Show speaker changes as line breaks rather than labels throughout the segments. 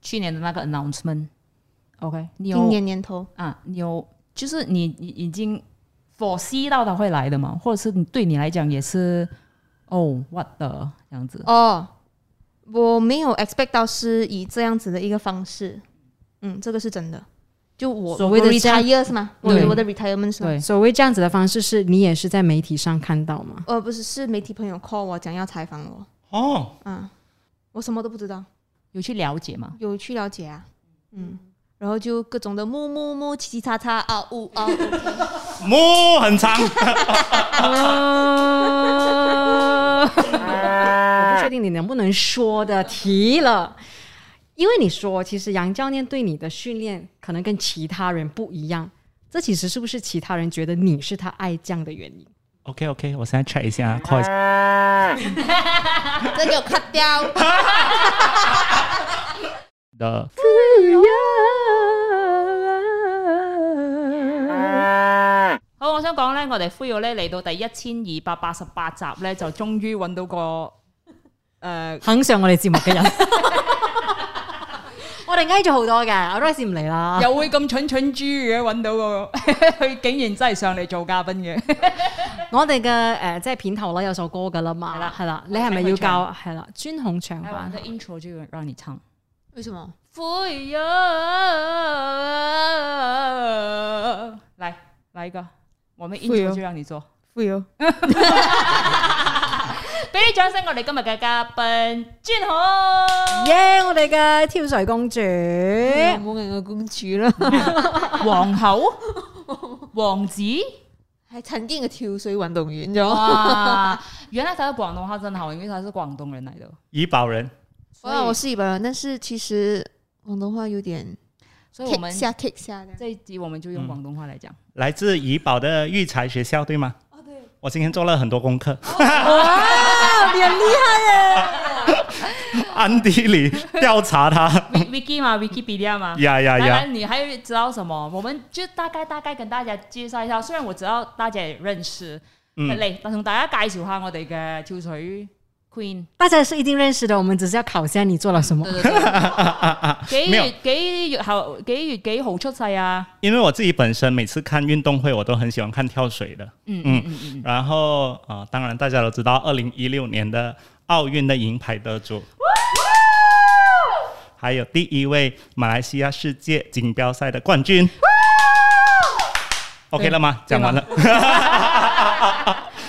去年的那个 announcement，OK，、你有
今年年头
啊，你有就是你你已经 foresee 到它会来的嘛，或者是你对你来讲也是哦，what the 这样子
哦，我没有 expect 到是以这样子的一个方式，嗯，这个是真的。就我
所谓的
我
这样
retire 是吗？我
对
我的 retirement 是吗？
对
所谓这样子的方式，是你也是在媒体上看到吗？
呃，不是，是媒体朋友 call 我讲要采访我，
哦，
嗯，我什么都不知道，
有去了解嘛？
有去了解啊，嗯，然后就各种的木木木七七叉叉啊呜 啊呜，
摸很长，
我不确定你能不能说的题了，因为你说其实杨教练对你的训练可能跟其他人不一样，这其实是不是其他人觉得你是他爱将的原因？
OK OK，我现在 check 一下，call 一下
这给我 cut 掉。
的。
好，我想講咧，我哋灰友咧嚟到第一千二百八十八集咧，就終於揾到個诶，
肯上我哋節目嘅人，我哋挨咗好多嘅，阿 Rice 唔嚟啦。
又會咁蠢蠢豬嘅揾到個， 佢竟然真係上嚟做嘉賓嘅。
我哋嘅誒即係片頭啦，有首歌噶啦嘛，
係啦
係啦，你係咪要教係啦？專紅長
哎，我
版
的 intro 就让你唱。
为什么？
灰友，来来一個，我们
灰
intro
友
就讓你做。
富有
俾啲掌聲，我哋今日嘅嘉賓專好
耶！我哋嘅跳水公主，哎
冇人嘅公主啦，
皇后、王子。
系曾经嘅跳水运动员
哦
咗。
哇，原来他是广东话真好，因为他是广东人来的。
怡保人，
所以
哇，我是一般人，但是其实广东话有点
所以我
kick
们
下 kick 下的。
这一集我们就用广东话来讲。
来自怡保的育才学校，对吗？
哦，对，
我今天做了很多功课。
哇，你很厉
暗地里调查他，
Wiki Wiki 嘛，Wikipedia 嘛。
呀哎呀
当
呀！
然，你还有知道什么？我们就大概大概跟大家介绍一下。虽然我知道大家也认识，
嗯
嚟、同大家介绍下我哋嘅跳水 Queen。
大家是一定认识的，我们只是要考一下你做了什么
对。对对，几
没有
月几月后几月几号出世啊？
因为我自己本身每次看运动会，我都很喜欢看跳水的。
嗯
嗯
嗯嗯
然后啊、呃当然大家都知道，二零一六年的奥运的银牌得主，还有第一位马来西亚世界锦标赛的冠军。OK 了吗？讲完 了。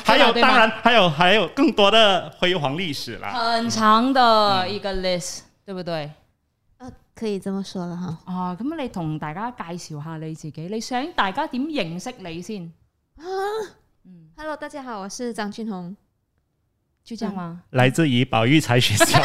还有，
对吗
当然还有还有更多的辉煌历史啦。
嗯，很长的一个 list，、对不对？
啊，可以这么说了哈。
啊，咁你同大家介紹下你自己，你想大家點認識你先？
Hello，大家好，我是张俊宏。
就這樣嗎？
来自怡保育才学校，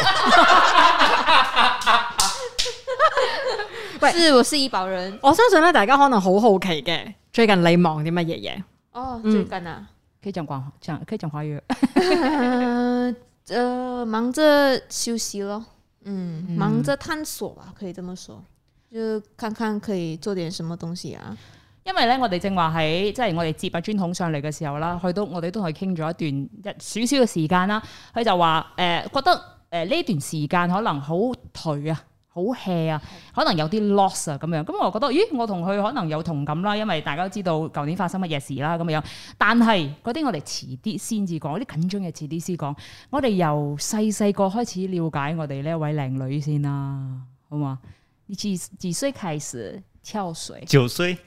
喂
是，我是怡保人。
我相信咧，大家可能好好奇嘅，最近你忙啲乜嘢嘢？
哦，
嗯
最近啊，
可以講廣講，可以講華語。
呃呃，忙着休息咯，嗯，忙着探索吧，可以这么说，就看看可以做点什么东西啊。
因為咧，我哋正話喺即係我哋接阿專孔上嚟嘅時候啦，去到我哋都同佢傾咗一段一少少嘅時間啦。佢就話誒、呃、覺得誒呢、段時間可能好頹啊。好 hea 啊，可能有啲 loss 啊咁樣，咁我覺得，咦，我同佢可能有同感啦，因為大家都知道舊年發生乜嘢事啦咁樣。但係嗰啲我哋遲啲先至講，啲緊張嘅遲啲先講。我哋由細細個開始了解我哋呢一位靚女先啦，好嘛？你自自歲開始跳水？
九岁。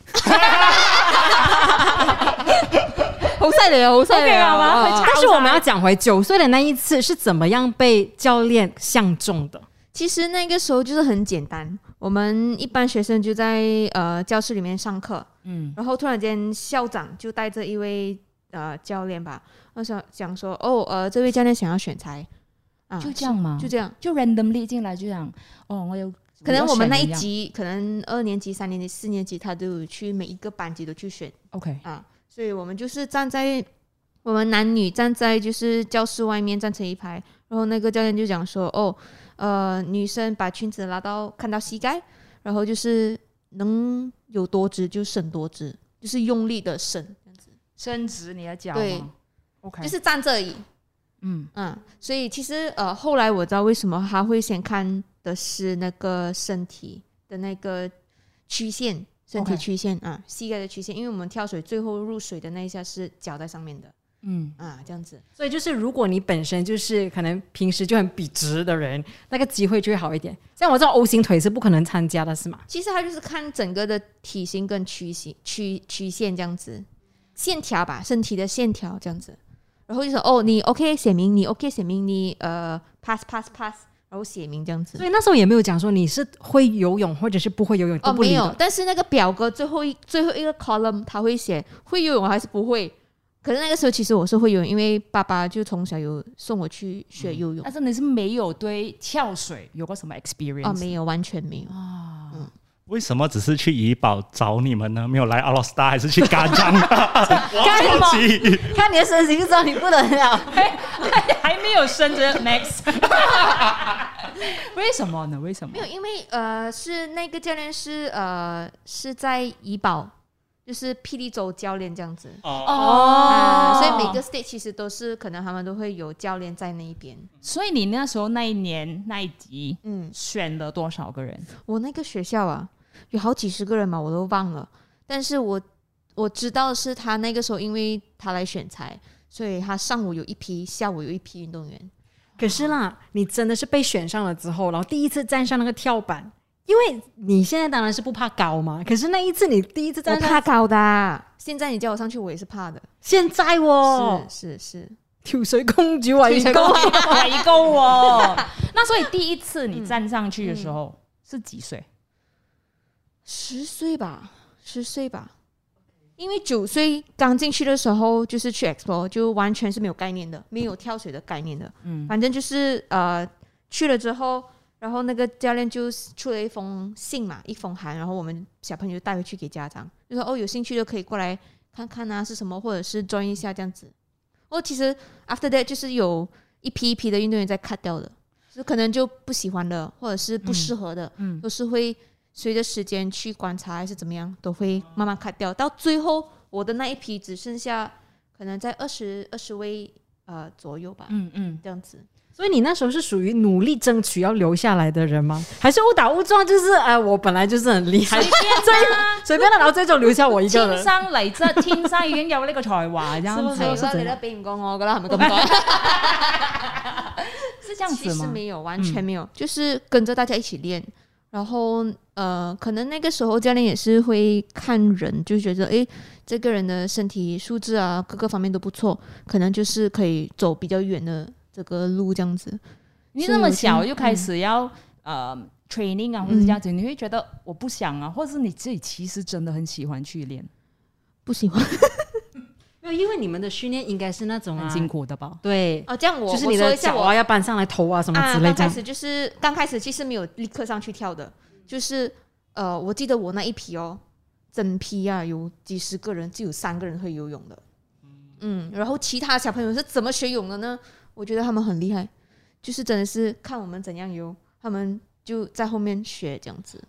好犀利啊，好犀利
OK 啊嘛
啊！
佢
啊
哦但是我们要讲回九岁的那一次是怎么样被教练相中的？
其实那个时候就是很简单，我们一般学生就在呃教室里面上课，
嗯，
然后突然间校长就带着一位呃教练吧，我想想说，哦，呃，这位教练想要选材啊，
就这样嘛，
就
就
这样。
就 randomly 进来就讲，哦，我有
可能我们那一
集
级，可能二年级、三年级、四年级，他都有去每一个班级都去选
OK，
啊，所以我们就是站在我们男女站在就是教室外面站成一排，然后那个教练就讲说，哦，呃，女生把裙子拉到看到膝盖，然后就是能有多直就伸多直，就是用力的伸，这样子
伸直你的脚嘛，
对
o k
就是站这里，
嗯
嗯，所以其实呃，后来我知道为什么他会先看的的是那个身体的那个曲线，身体
OK
曲线啊，膝盖的曲线，因为我们跳水最后入水的那一下是脚在上面的
嗯，
啊，这样子。
所以就是，如果你本身就是可能平时就很笔直的人，那个机会就会好一点。像我这种 O 型腿是不可能参加的，是吗？
其实它就是看整个的体型跟曲形、曲曲线这样子，线条吧，身体的线条这样子。然后就说哦，你 OK 写明，你 OK 写明，你呃 pass pass pass，然后写明这样子
所。以那时候也没有讲说你是会游泳或者是不会游泳都
哦，
不理
没
的。
有，但是那个表格最后一最后一个 column 他会写会游泳还是不会。可是那个时候其实我是会游泳，因为爸爸就从小有送我去学
嗯
游
啊
泳。
但是你是没有对跳水有过什么 experience？
哦，没有，完全没有。
为什么只是去怡宝找你们呢？没有来阿罗斯达，还是去干张？我
干
好奇，
看你的身形就知道你不能了。
还没有升职，Max。为什么呢？为什么
没？有，因为呃，是那个教练是呃是在怡保，就是霹雳州教练这样子。
哦，
啊，
哦
所以每个 state 其实都是可能他们都会有教练在那一边。
所以你那时候那一年那一集
嗯，
选了多少个人？
我那个学校啊，有好几十个人嘛，我都忘了。但是我我知道是他那个时候，因为他来选材，所以他上午有一批，下午有一批运动员。
可是啦，你真的是被选上了之后，然后第一次站上那个跳板，因为你现在当然是不怕高嘛。可是那一次你第一次
我
站上，
怕高的啊、现在你叫我上去，我也是怕的。
现在哦，
是是是，
跳水公主啊，
跳水
你 讲
公
还够 哦。那所以第一次
嗯
你站上去的时候、是几岁？
十岁吧，十岁吧。因为九岁刚进去的时候，就是去 explore，就完全是没有概念的，没有跳水的概念的。
嗯，
反正就是呃去了之后，然后那个教练就出了一封信嘛，一封函，然后我们小朋友就带回去给家长，就说哦有兴趣就可以过来看看啊是什么，或者是 join 一下这样子。哦，其实 after that 就是有一批一批的运动员在 cut 掉的，就是可能就不喜欢的，或者是不适合的，
嗯
都是会随着时间去观察还是怎么样，都会慢慢 cut 掉。到最后我的那一批只剩下可能在二十二十位呃左右吧，
嗯嗯，
这样子。
所以你那时候是属于努力争取要留下来的人吗？还是误打误撞？就是哎、我本来就是很厉害，所 以随便的，然后最终留下我一个
天
人。
生嚟質，天生已經有呢個才華，這樣
是不
子
是
係啦，你都俾唔過我噶啦，係咪咁講？
是這樣
其
子
實
嗎？
沒有，完全沒有，就是跟着大家一起練。然後呃，可能那個時候教練也是會看人，就覺得诶，這個人的身體素質啊，各個方面都不錯，可能就是可以走比較遠的這個路這樣子。
你
所以
那麼
我
小
就
就開始要、呃 training 啊，或者這樣子，你會覺得我不想啊，或者是你自己其實真的很喜歡去練，
不喜歡
没有，因为你们的训练应该是那种
很
啊，
辛苦的吧？
对，
哦，这样我
就是你的脚啊要搬上来，头啊什么之类
刚
这
开
样。
始就是刚开始其实没有立刻上去跳的，就是呃，我记得我那一批哦，整批啊有几十个人，就有三个人会游泳的。嗯，然后其他小朋友是怎么学泳的呢？我觉得他们很厉害，就是真的是看我们怎样游，他们就在后面学这样子，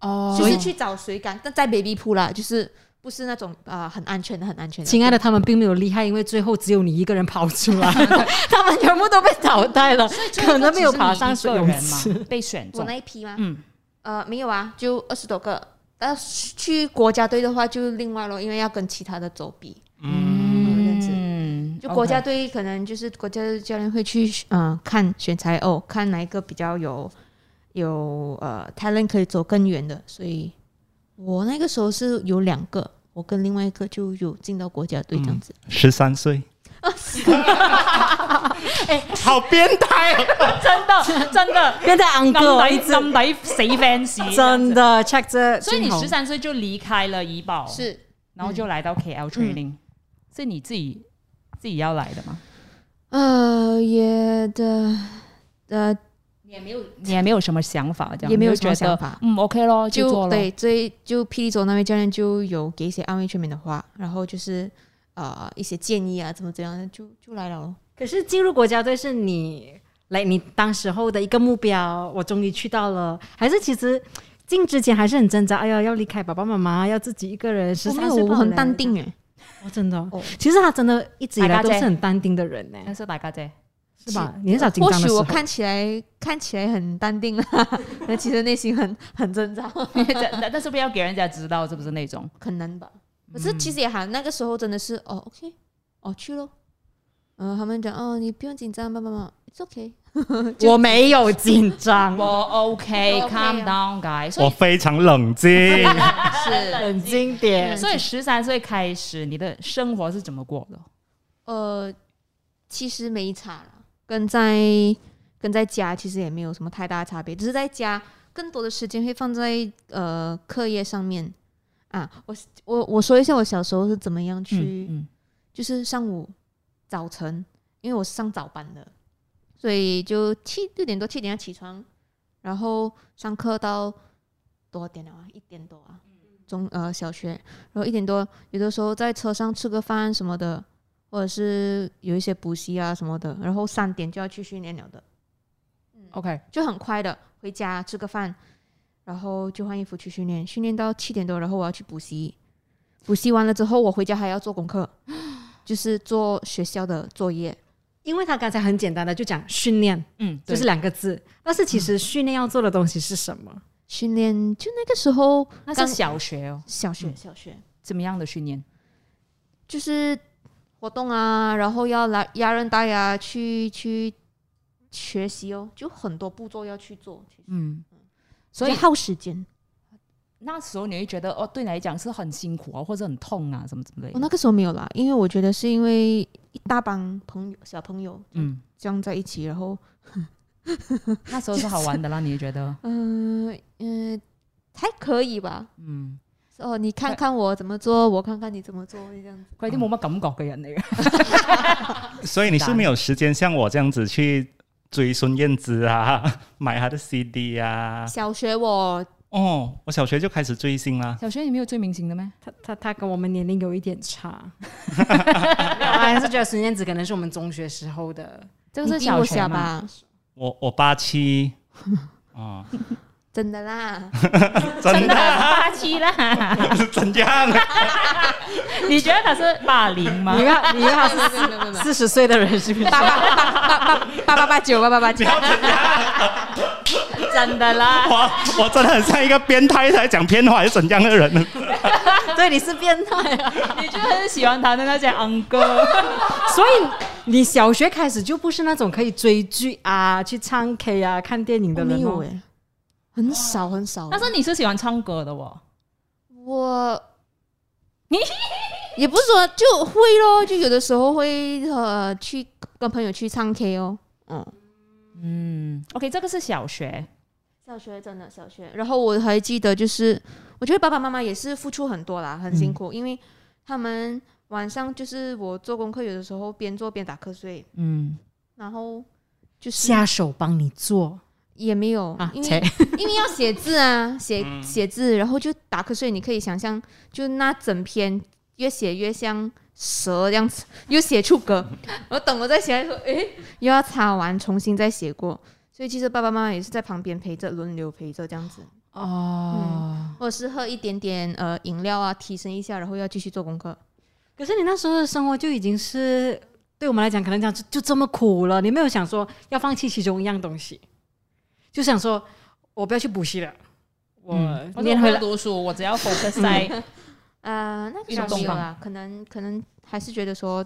哦
就是去找水感，但在 baby pool 啦，就是不是那种啊、很安全的，很安全的。
亲爱的，他们并没有厉害，因为最后只有你一个人跑出来， 他们全部都被淘汰了，可能没有爬上水泳
人嘛
池。，
被选
我
中
那。一批吗？
嗯，
呃，没有啊，就二十多个。但是去国家队的话，就另外咯，因为要跟其他的走比，嗯，这样子。
嗯，
就国家
OK
队可能就是国家队教练会去嗯、呃看选材哦，看哪一个比较有有呃 talent 可以走更远的，所以我那个时候是有两个，我跟另外一个就有进到国家队这样子。
十三岁， 好变态哦！
真的真的
现在 uncle 啊一
暗底
直
暗底死 fans，
真的 check 这，
所以你
镜头
十三岁就离开了怡保，
是
然后就来到 KL training，、是你自己自己要来的吗？
呃也的呃
你也没有什么想法，这样
也没有什
觉
么
得
想法
嗯，OK 咯，就做
就
咯。
对，所以就霹雳州那位教练就有给一些安慰劝勉的话，然后就是呃一些建议啊，怎么怎样，就就来了咯。
可是进入国家队是你来，你当时候的一个目标，我终于去到了，还是其实进之前还是很挣扎，哎呀，要离开爸爸妈妈，要自己一个人，啊十
我没
三
有，
岁
我很
不好嘞
淡，定诶，啊
我真的哦、
哦
其实他真的一直以来
大家
都
姐
是很淡定的人呢、
但是大家姐，
是吧？你很少紧
或
张的
许
时
我
候，
看起来看起来很淡定啦，啊 那其实内心很很挣扎，
但但但是不要给人家知道，是不是那 种？
可能吧。可是其实也还那个时候真的是哦，OK，哦去咯。嗯、他们讲哦，你不用紧张，妈妈妈，It's OK。就
我没有紧 张
我，OK，calm
OK 啊
哦 down guy。所
我
以
非常冷静。
是
很经典。
所以十三岁开始，你的生活是怎么过的？
呃，其实没差了，跟在跟在家其实也没有什么太大差别，只是在家更多的时间会放在呃课业上面啊。我我我说一下我小时候是怎么样去，
嗯
就是上午早晨，因为我是上早班的，所以就七六点多七点要起床，然后上课到多少点了啊？一点多啊。中呃小学，然后一点多，有的时候在车上吃个饭什么的，或者是有一些补习啊什么的，然后三点就要去训练了的，
，OK，
就很快的回家吃个饭，然后就换衣服去训练，训练到七点多，然后我要去补习，补习完了之后我回家还要做功课， 就是做学校的作业，
因为他刚才很简单的就讲训练，
嗯，
就是两个字，但是其实训练要做的东西是什么？
训练就那个时候
那
刚
是小学哦，
小学
嗯
小学
怎么样的训练？
就是活动啊，然后要来压韧带啊，去去学习哦，就很多步骤要去做，其实
嗯，
所
所
以
以
耗时间。
那时候你会觉得哦，对你来讲是很辛苦啊，或者很痛啊，什么之类
我
的。
那个时候没有啦，因为我觉得是因为一大帮朋友、小朋友嗯
嗯，
这样在一起，然后
那时候是好玩的啦，你觉 得？
嗯嗯、还可以吧。
嗯，
哦，你看看我怎么做，我看看你怎么做，这样子。
佢係啲冇乜感覺嘅人啊嚟嘅。
所以你是没有时间像我这样子去追孙燕姿啊， 买她的 CD 啊。
小学我
哦，我小学就开始追星啦。
小學你沒有追明星嘅 咩？
他他他跟我们年龄有一点差，没有我还是觉得孙燕姿可能是我们中学时候的。
這
你
個是
比
小
我小
學嘛？
吧，
我我八七，哦，
真的啦。
真的
八七啦，
是怎样？
你覺得他是霸凌嗎
你？看，你看，
没有没有没有没有
四十岁的人是不是？
八八八八八八八八九八八八九，
真的啦，
我我真的很像一个变态在讲偏话，还是怎样的人呢？
对，你是变态啊！
你就很喜歡他的那些 uncle。
所以你小学开始就不是那种可以追剧啊、去唱 K 啊、看电影的
我
人、哦、
没有哎、很少很少。
但是你是喜歡唱歌的哦喎，
我也不是说就会咯，就有的时候会呃去跟朋友去唱 K 哦。嗯，
嗯，OK，這個是小學，
小学真的小学，然后我还记得就是，我觉得爸爸妈妈也是付出很多啦，很辛
嗯
苦，因为他们晚上就是我做功课，有的时候边做边打瞌睡，
嗯，
然后就是
下手帮你做
也没有，
啊，
因为
切
因为要写字啊，写写字，然后就打瞌睡。你可以想象，就那整篇越写越像蛇这样子，又写出 格。然后等我再写的时候，诶，又要擦完，重新再写过。所以其实爸爸妈妈也是在旁边陪着，轮流陪着这样子，
哦。
或者是喝一点点呃饮料啊，提升一下，然后要继续做功课。
可是你那时候的生活就已经是对我们来讲，可能讲就就这么苦了，你没有想说要放弃其中一样东西，就想说我不要去补习了，我
嗯，我念
念回
回
来。
讀書，我只要 focus 在
呃，那个
运
时候
动
没有
吧
啦，可能可能还是觉得说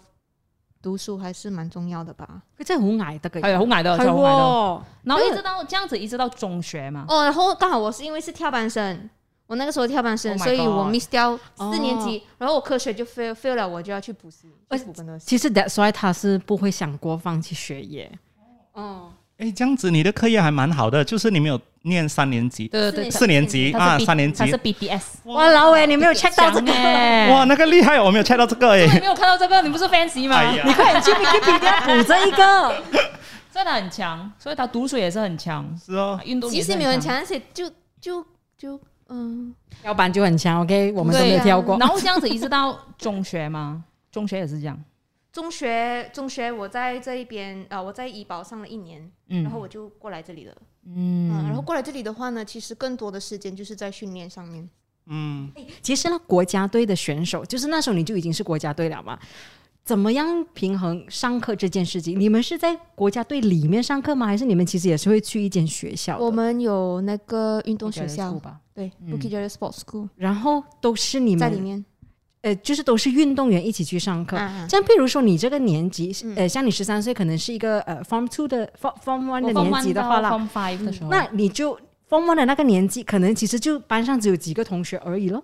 读书还是蛮重要的吧。
佢真哎係好哦捱得
哎
嘅，
係好捱到，真
係
係哎好捱到。
喎
然後一直到這樣子，一直到中學嘛。
哦，然后刚好我是因为是跳班生，我那个时候跳班生
Oh my
所以我
God
miss 掉四年级然后我科学就 fail fail 了，我就要去补习，
而
去补更多习。
其实 that's why 他是不会想过放弃学业，哦，
哎，这样子你的课业还蛮好的，就是你没有念三年级、
對
對
對對，
對
四年级啊，三年
他
级
是。BTS。
哇老伟你没有 check 到这
强
个，
欸
哇，那个厉害，我没有 check 到这个
你
哎。
没有看到这个，你不是 fans 吗？
哎呀，
快点去 Wikipedia 补这一个，
真的很强，所以他读书也是很强，
是哦，
运动也
其
是
实没有很
强。
强，而且就就就嗯，
要板就很强，OK，我们都没有
对啊
跳过
然。后这样子一直到中学嘛，中学也是这样。
中学中学我在这一边啊、呃我在怡保上了一年，
嗯，
然后我就过来这里了。嗯，然
嗯，
后过来这里的话呢，其实更多的时间就是在训练上面。
嗯，
其实呢，国家队的选手就是那时候你就已经是国家队了嘛，怎么样平衡上课这件事情？你们是在国家队里面上课吗？还是你们其实也是会去一间学校的？
我们有那个运动学校，
吧，
对
嗯
b u k i j a Sports School
然后都是你
在里
们
面。
呃，就是都是运动员一起去上课。
啊
像譬如说你这个年级，
嗯
呃，像你十三岁，可能是一个呃 Form Two 的 Form 哦 Form One 的年级的话啦，
，Form Five 嗯的时候，
那你就 Form One 的那个年纪，可能其实就班上只有几个同学而已咯。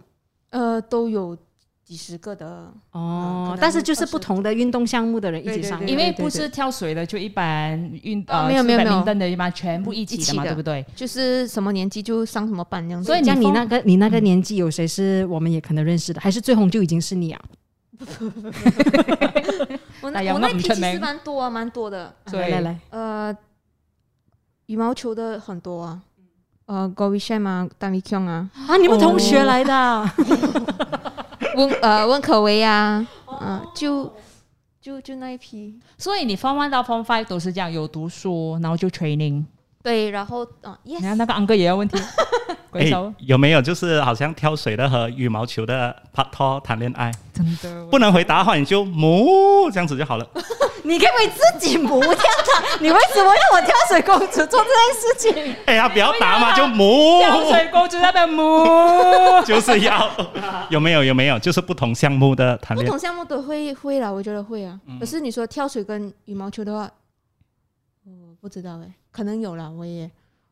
呃，都有几十个的，
哦
可能
但是就是
20
不同的运动项目的人一起
对对
上课，
对
因为
对对
不是跳水的就一般运
哦
呃
没有没有
是
没
本
有
明灯的一般全部一起的嘛，
一起的
对不对？
就是什么年纪就上什么班这样子。
所以
像你
封
那个你那个年纪，有谁是我们也可能认识的？还是最红就已经是你啊？
我
大
那
哎
洋
我那
那
批
唔
其
出
实
名
蛮多啊，蛮多的。
所
来
以
来来，
呃，羽毛球的很多啊，呃 g o r i s h a m 啊 d a m i k y o n g 啊，
啊，你们同学来的啊，
温呃温可维啊，嗯、就就就那一批。
所以你 Form One 到 Form Five 都是这样，有读书，然后就 training。
对，然后啊、y
你
e s
看那个安哥也要问 题，
哎
举手，，
有没有就是好像跳水的和羽毛球的拍拖谈恋爱？
真的
不能回答的话，你就母这样子就好了。
你可不可以自己不跳他？你为什么要我跳水公主做这件事情？
哎呀，不要打嘛，就
哎
母，
哦
跳水公主那边母，
就是要 有没有有没有，就是不同项目的谈
不
恋爱
同项目都会会啦，我觉得会啊。可是你说跳水跟羽毛球的话，我不知道哎、可能有啦，我也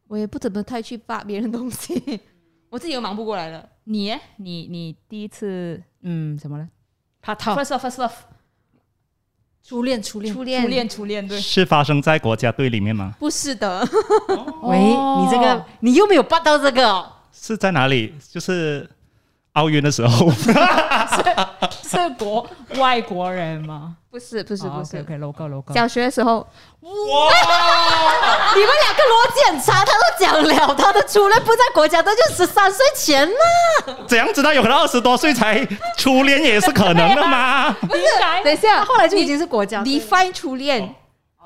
我也不怎么太去扒别人东西， 我自己又忙不过来了。
你耶你你第一次嗯什么呢
怕套
？First love first love
初恋初恋
初恋，
初恋初恋对。
是发生在国家队里面吗？
不是 的，
喂，
哦
你这个你又没有bắt 到这个哦、
是在哪里？就是奥运的时候，
是国外国人吗？
不是，不是，不是。
，OK logo logo。
小学的时候，
你们两个逻辑很差，他都讲了，他的初恋不在国家队，就十三岁前嘛。
怎样知道有可能二十多岁才初恋也是可能的吗？
不是
等一下，
后来就已经是国家队了。
define 初恋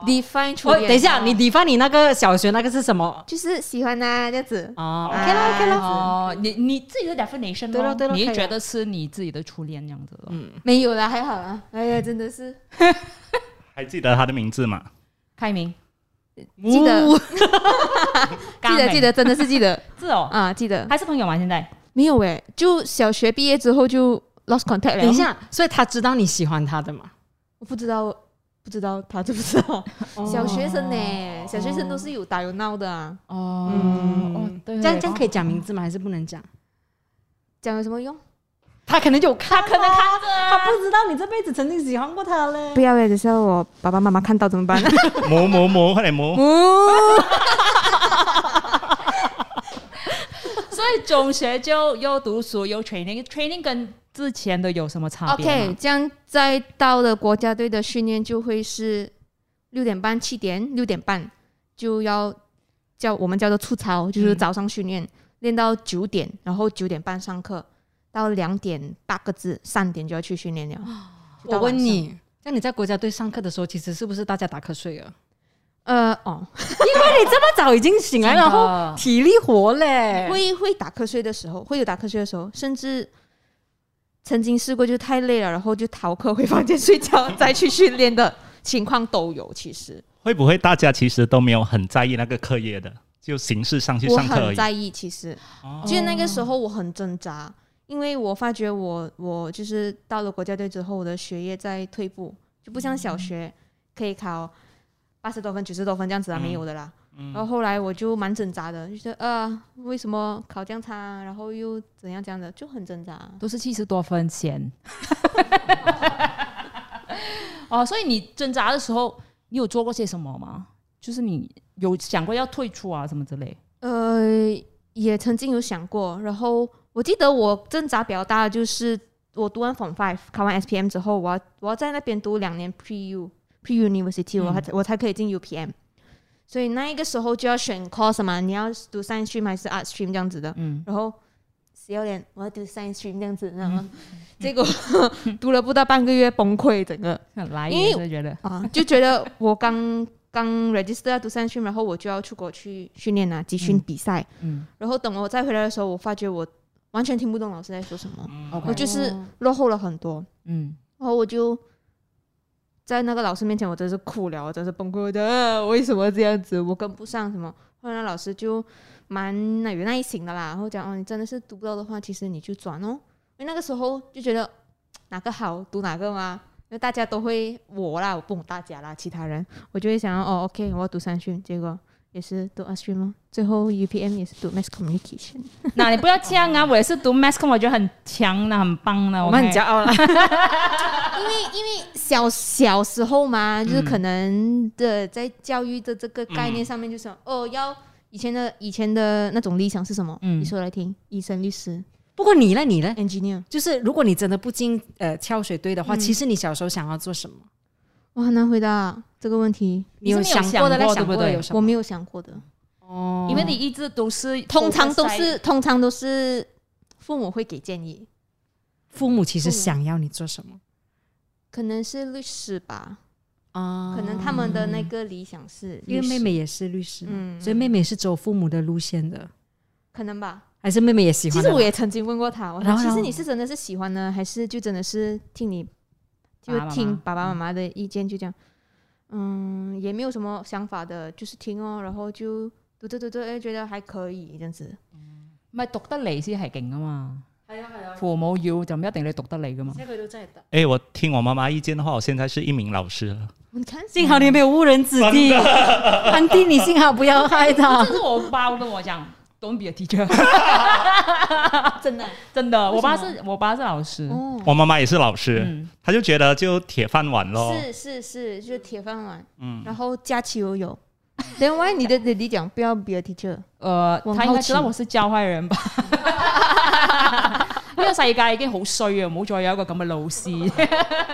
，define 初
哦我
恋。哦
等一下，你 define 你那个小学那个是什么？
就是喜欢啊，这样子。
哦
啊
，OK 啦，OK 啦。
哦，你你自己的 definition 咯
对咯对咯
你
可以
觉
啊嗯
得是你自己的初恋这样子咯？
没有啦，还好啊。哎呀，真的是
还记得他的名字吗？
开明，
记得
呜
记得记得，真的是记 得
是哦，
啊，记得
还是朋友吗？现在
没有诶，就小学毕业之后就 lost contact 了。
等一，下，嗯所以他知道你喜欢他的嘛？
我不知道，不知道他知不知道？
哦
小学生呢，小学生都是有打有闹的啊，
哦
嗯，
对
这样这样可以讲名字吗？还是不能讲？
讲有什么用？
他可能有看，可能
看着啊
他不知道你这辈子曾经喜欢过他嘞。
不要诶，等下我爸爸妈妈看到怎么办？
母母母，快点母！
所以中学就又读书又 training，training 跟之前的有什么差别
OK，
吗
这样再到了国家队的训练就会是六点半、七点、六点半就要叫我们叫做出操，就是早上训练，练到九点，然后九点半上课，到两点八个字，三点就要去训练了。
我问你，像你在国家队上课的时候，其实是不是大家打瞌睡啊了？
呃，哦，
你这么早已经醒来，
真的
然后体力活嘞，
会会打瞌睡的时候，会有打瞌睡的时候，甚至曾经试过就太累了，然后就逃课回房间睡觉，再去训练的情况都有。其实
会不会大家其实都没有很在意那个课业的，就形式上去
我
上课而
很
已？
在意，其实
哦
其实那个时候我很挣扎，因为我发觉我我就是到了国家队之后，我的学业在退步，就不像小学可以考八十多分、九十多分这样子啊，
嗯
没有的啦。然后后来我就蛮挣扎的，就觉得呃，为什么考这样差啊，然后又怎样怎样的，就很挣扎啊。
都是七十多分钱。 哦，所以你挣扎的时候，你有做过些什么吗？就是你有想过要退出啊什么之类？
呃，也曾经有想过，然后我记得我挣扎比较大的就是我读完 Form Five 考完 SPM 之后，我要我要在那边读两年 Pre U Pre University，我还、我才可以进 UPM，所以那一个时候就要选 course 嘛，你要读 Science Stream 还是 Art Stream 这样子的，
嗯，
然后十六年我要读 Science Stream 这样子，然后、 结果读了不到半个月崩溃，整个
来
因为
也是觉得
啊，就觉得我刚刚 register 要读 Science Stream，然后我就要出国去训练啊，集训比赛。
嗯
然后等我再回来的时候，我发觉我完全
嗯
听不懂老师在说什么，
，OK，
我就是落后了很多。
嗯
然后我就在那个老师面前，我真是哭了，我真是崩溃的，啊为什么这样子？我跟不上什么？后来那老师就蛮呃有耐心的啦，然后讲哦，你真的是读不到的话，其实你就转哦。因为那个时候就觉得哪个好读哪个嘛，因为大家都会我啦，我不懂大家啦，其他人我就会想要哦，OK，我要读三训，结果也是读二训咯，最后 UPM 也是读 Mass Communication，
那你不要这样啊！我也是读 mass com，我觉得很强的，很棒啊的。
我们很
OK
骄傲啦。啊
因为因为小小时候嘛，就是可能的在教育的这个概念上面，就是、哦要。以前的以前的那种理想是什么？
嗯
你说来听，医生、律师、
不过你呢？你呢？
engineer，
就是如果你真的不进呃跳水队的话，其实你小时候想要做什么？
我很难回答这个问题，
你是没有
想过的
想过对
想
不
过
对
的有什
我
么？
没有想过的。哦
哦
因为你一直都是
通常都是通常都是父母会给建议，
父母其实想要你做什么
可能是律师吧，
啊
可能他们的那个理想是
因
律
为
师
妹，妹也是律师嘛，
嗯
所以妹妹是走父母的路线的，
可能吧。
还是妹妹也喜
其
欢的
实
啦？
我也曾经问过他，我
然
说
后
其
然后
实你是真的是喜欢呢，还是就真的是听你就
爸爸妈妈
听爸爸妈妈的意见就这样，嗯，也没有什么想法的，就是听哦，然后就读着读着，哎，觉得还可以这样子。
唔系讀得嚟先係勁啊嘛。係啊係啊，父母要就唔一定你讀得嚟噶嘛。
哎，我听我妈妈意见的话，我现在是一名老师了。
你看，
幸好你没有误人子弟， 安迪，你幸好不要害他
这。是我爸跟我講 Don't be a teacher，
真的
真的，我爸
為
是我爸是老師。
哦，
我妈妈也是老师，
嗯，
她就觉得就铁饭碗咯。
是是是，就是铁饭碗。
嗯，
然后假期又有。then why 你的弟弟讲不要 be a teacher？
呃，
我
他應
好
該
奇
知道我是教壞人吧？ 呢個世界已經好衰啊！唔好再有一個咁嘅老師。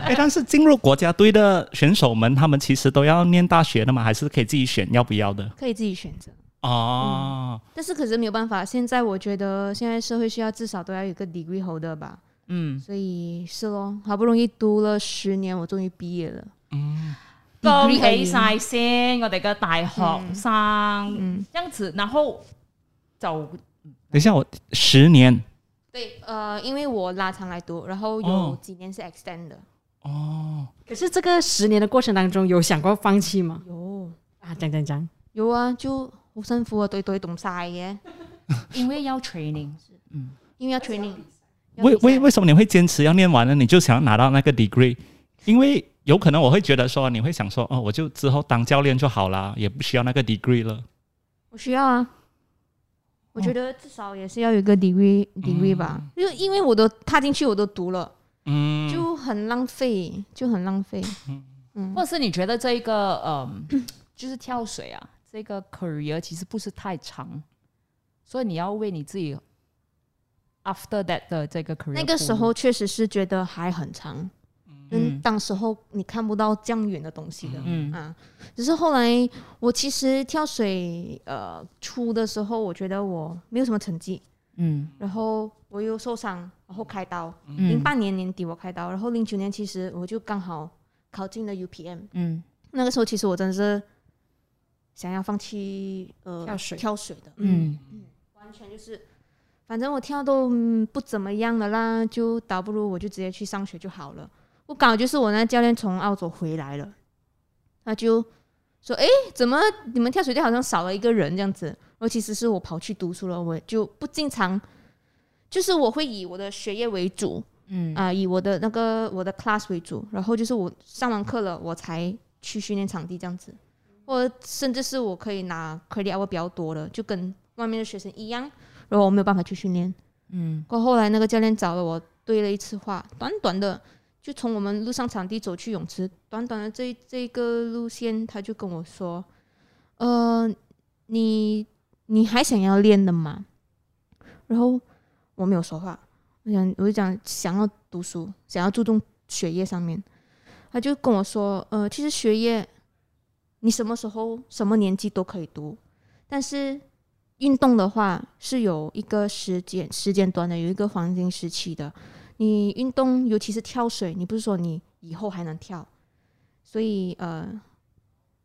哎，但是进入国家队的选手们，他们其实都要念大学的嘛，还是可以自己选要不要的？
可以自己选择。
哦，
但是可是没有办法，现在我觉得现在社会需要至少都要有个 degree holder 吧，
嗯，
所以是咯，好不容易读了十年，我终于毕业了。
恭
Degree 而已
喜晒先，我哋嘅大學生，
嗯
因此然後就
等一下，我十年
对，呃，因为我拉长来读，然后有
哦
几年是 extend 的。
哦，
可是这个十年的过程当中，有想过放弃吗？
有
啊，讲讲讲，
有啊，就好辛苦啊，对对懂晒嘅，
因為有 training。
因为要 training 要比
为
赛。
为为什么你会坚持要念完呢？你就想要拿到那个 degree？因为有可能我会觉得说，你会想说，哦，我就之后当教练就好啦，也不需要那个 degree 了。
我需要啊，我觉得至少也是要有一个 degree degree 吧，就因为我都踏进去，我都读了，
嗯，
就很浪费，就很浪费。嗯
或者是你觉得这一个嗯， 就是跳水啊，这个 career 其实不是太长，所以你要为你自己 after that 的这个 career
那个时
铺
候
路，
确实是觉得还很长，嗯，当时候你看不到这样远的东西的，
嗯
啊，只是后来我其实跳水呃出的时候，我觉得我没有什么成绩，
嗯
然后我又受伤，然后开刀，零
嗯
八年年底我开刀，然后零九年其实我就刚好考进了 UPM，
嗯
那个时候其实我真的是想要放弃呃
跳水
跳水的，
嗯
完全就是反正我跳都、嗯、不怎么样了啦，就倒不如我就直接去上学就好了。我刚好就是我那教练从澳洲回来了，他就说：“诶，怎么你们跳水队好像少了一个人这样子？”然后其实是我跑去读书了，我就不经常，就是我会以我的学业为主，
嗯
啊、以我的那个我的 class 为主，然后就是我上完课了，我才去训练场地这样子。我甚至是我可以拿 credit hour 比较多的，就跟外面的学生一样，然后我没有办法去训练。
嗯，
过后来那个教练找了我对了一次话，短短的就从我们路上场地走去泳池，短短的这这个路线，他就跟我说：“呃，你你还想要练的吗？”然后我没有说话，我想我就讲想要读书，想要注重学业上面。他就跟我说：“呃，其实学业你什么时候什么年纪都可以读，但是运动的话是有一个时间时间段的，有一个黄金时期的。你运动，尤其是跳水，你不是说你以后还能跳，所以呃，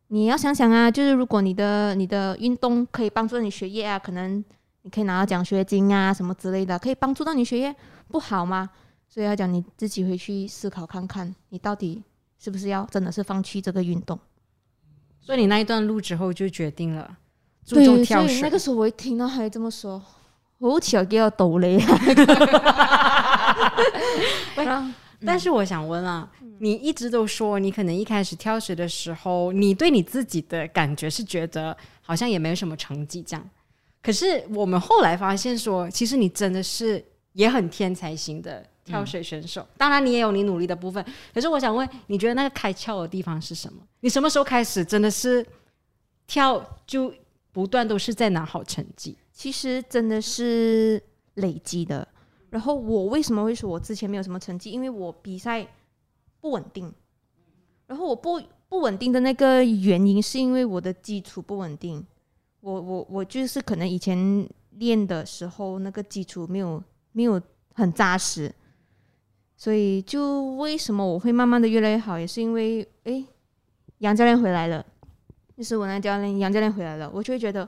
你要想想啊，就是如果你的你的运动可以帮助你学业啊，可能你可以拿到奖学金啊什么之类的，可以帮助到你学业，不好吗？所以要讲你自己回去思考看看，你到底是不是要真的是放弃这个运动？
所以你那一段路之后就决定了注
对，
重跳
所以
水
那。个时候我一听到他这么说，我好似叫抖雷啊！然后
但是我想问啊，你一直都说你可能一开始跳水的时候，你对你自己的感觉是觉得好像也没有什么成绩这样。可是我们后来发现说，其实你真的是也很天才型的跳水选手，当然你也有你努力的部分。可是我想问，你觉得那个开窍的地方是什么？你什么时候开始真的是跳就不断都是在拿好成绩？
其实真的是累积的。然后我为什么会说我之前没有什么成绩？因为我比赛不稳定。然后我不不稳定的那个原因，是因为我的基础不稳定。我我我就是可能以前练的时候，那个基础没有没有很扎实，所以就为什么我会慢慢的越来越好，也是因为诶，杨教练回来了，就是我那教练杨教练回来了，我就会觉得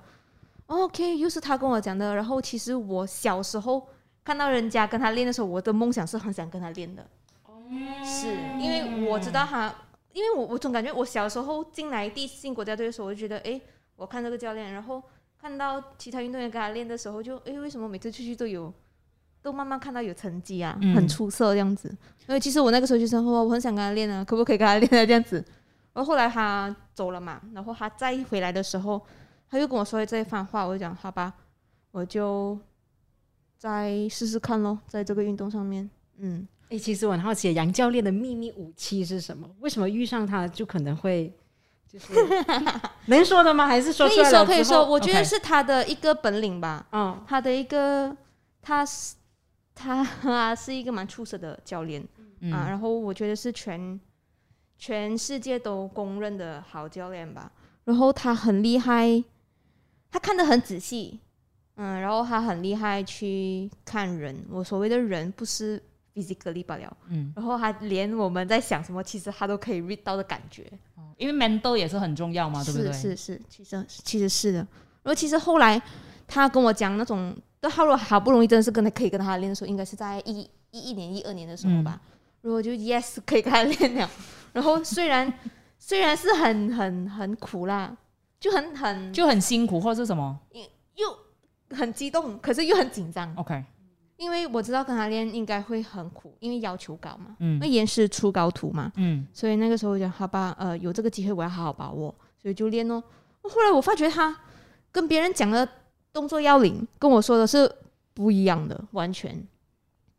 哦 OK，又是他跟我讲的。然后其实我小时候看到人家跟他练的时候，我的梦想是很想跟他练的，是
嗯
因为我知道他，因为我我总感觉我小时候进来第一次进国家队的时候，我就觉得诶，我看这个教练，然后看到其他运动员跟他练的时候就，诶，为什么每次出去都有，都慢慢看到有成绩啊，
嗯
很出色这样子。因为其实我那个时候就想，哇，我很想跟他练啊，可不可以跟他练啊这样子。然后后来他走了嘛，然后他再回来的时候，他又跟我说了这一番话，我就讲好吧，我就再试试看咯，在这个运动上面，嗯，
诶，哎其实我很好奇杨教练的秘密武器是什么？为什么遇上他就可能会就是 能说的吗？还是说
可
出
以
来
说
了
可以
之
说，
后
我觉得
OK
是他的一个本领吧。
嗯
他的一个，他是他 他是一个蛮出色的教练、
嗯
嗯
啊，然后我觉得是全全世界都公认的好教练吧。然后他很厉害，他看得很仔细，嗯，然后他很厉害去看人。我所谓的人不是 physically 罢了，
嗯，
然后他连我们在想什么，其实他都可以 read 到的感觉。
因为 mental 也是很重要嘛，对不对？
是是是，其实其实是的。然后其实后来他跟我讲那种，都好了，好不容易真的是跟他可以跟他练的时候，应该是在一一一年、一二年的时候吧。
嗯
然后我就 yes 可以跟他练了。然后虽然虽然是很很很苦啦，就很很就
就很辛苦或者是什么
又很激动，可是又很紧张，
？OK，
因为我知道跟他练应该会很苦，因为要求高嘛，
嗯
因为严师出高徒嘛。
嗯，
所以那个时候我讲好吧，呃，有这个机会我要好好把握，所以就练咯。后来我发觉他跟别人讲的动作要领，跟我说的是不一样的，完全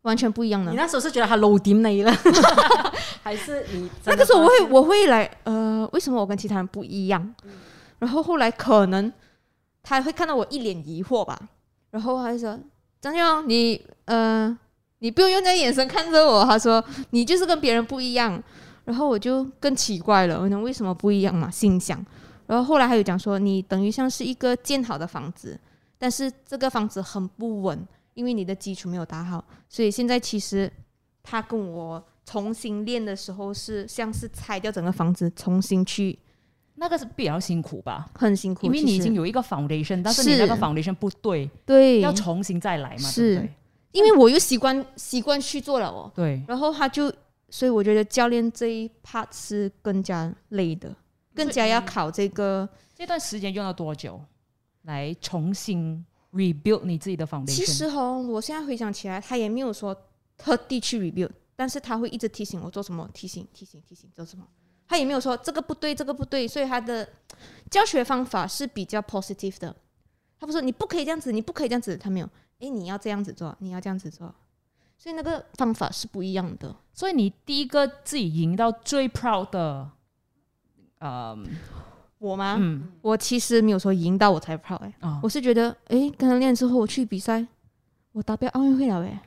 完全不一样的
你。那时候是觉得他 low 点你了， 还是你
那
真
个
的
时候啊我
发
会
现嗯
我会来，呃，为什么我跟其他人不一样？然后后来可能他会看到我一脸疑惑吧，然后他就说：“张亮，你呃，你不用用那个眼神看着我。”他说：“你就是跟别人不一样。”然后我就更奇怪了，我想为什么不一样嘛？心想。然后后来还有讲说，你等于像是一个建好的房子，但是这个房子很不稳，因为你的基础没有打好，所以现在其实他跟我重新练的时候是像是拆掉整个房子，重新去，
那个是比较辛苦吧，
很辛苦。
因为你
其
已
实
经有一个 foundation，但是你
是
那个 foundation 不对，
对，
要重新再来嘛，
是
对不
因为我又习惯习惯去做了哦，
对？对，
然后他就，所以我觉得教练这一 part 是更加累的，更加要考这个。
这段时间用了多久来重新 rebuild 你自己的 foundation？
其实哦，我现在回想起来，他也没有说特地去 review，但是他会一直提醒我做什么，提醒提醒提醒做什么。他也没有说这个不对，这个不对，所以他的教学方法是比较 positive 的。他不说你不可以这样子，你不可以这样子，他没有。诶，你要这样子做，你要这样子做，所以那个方法是不一样的。
所以你第一个自己赢到最 proud 的，呃，
我吗？
嗯，
我其实没有说赢到我才 proud 诶
啊
我，是觉得，诶，跟他练之后，我去比赛，我达标奥运会了诶。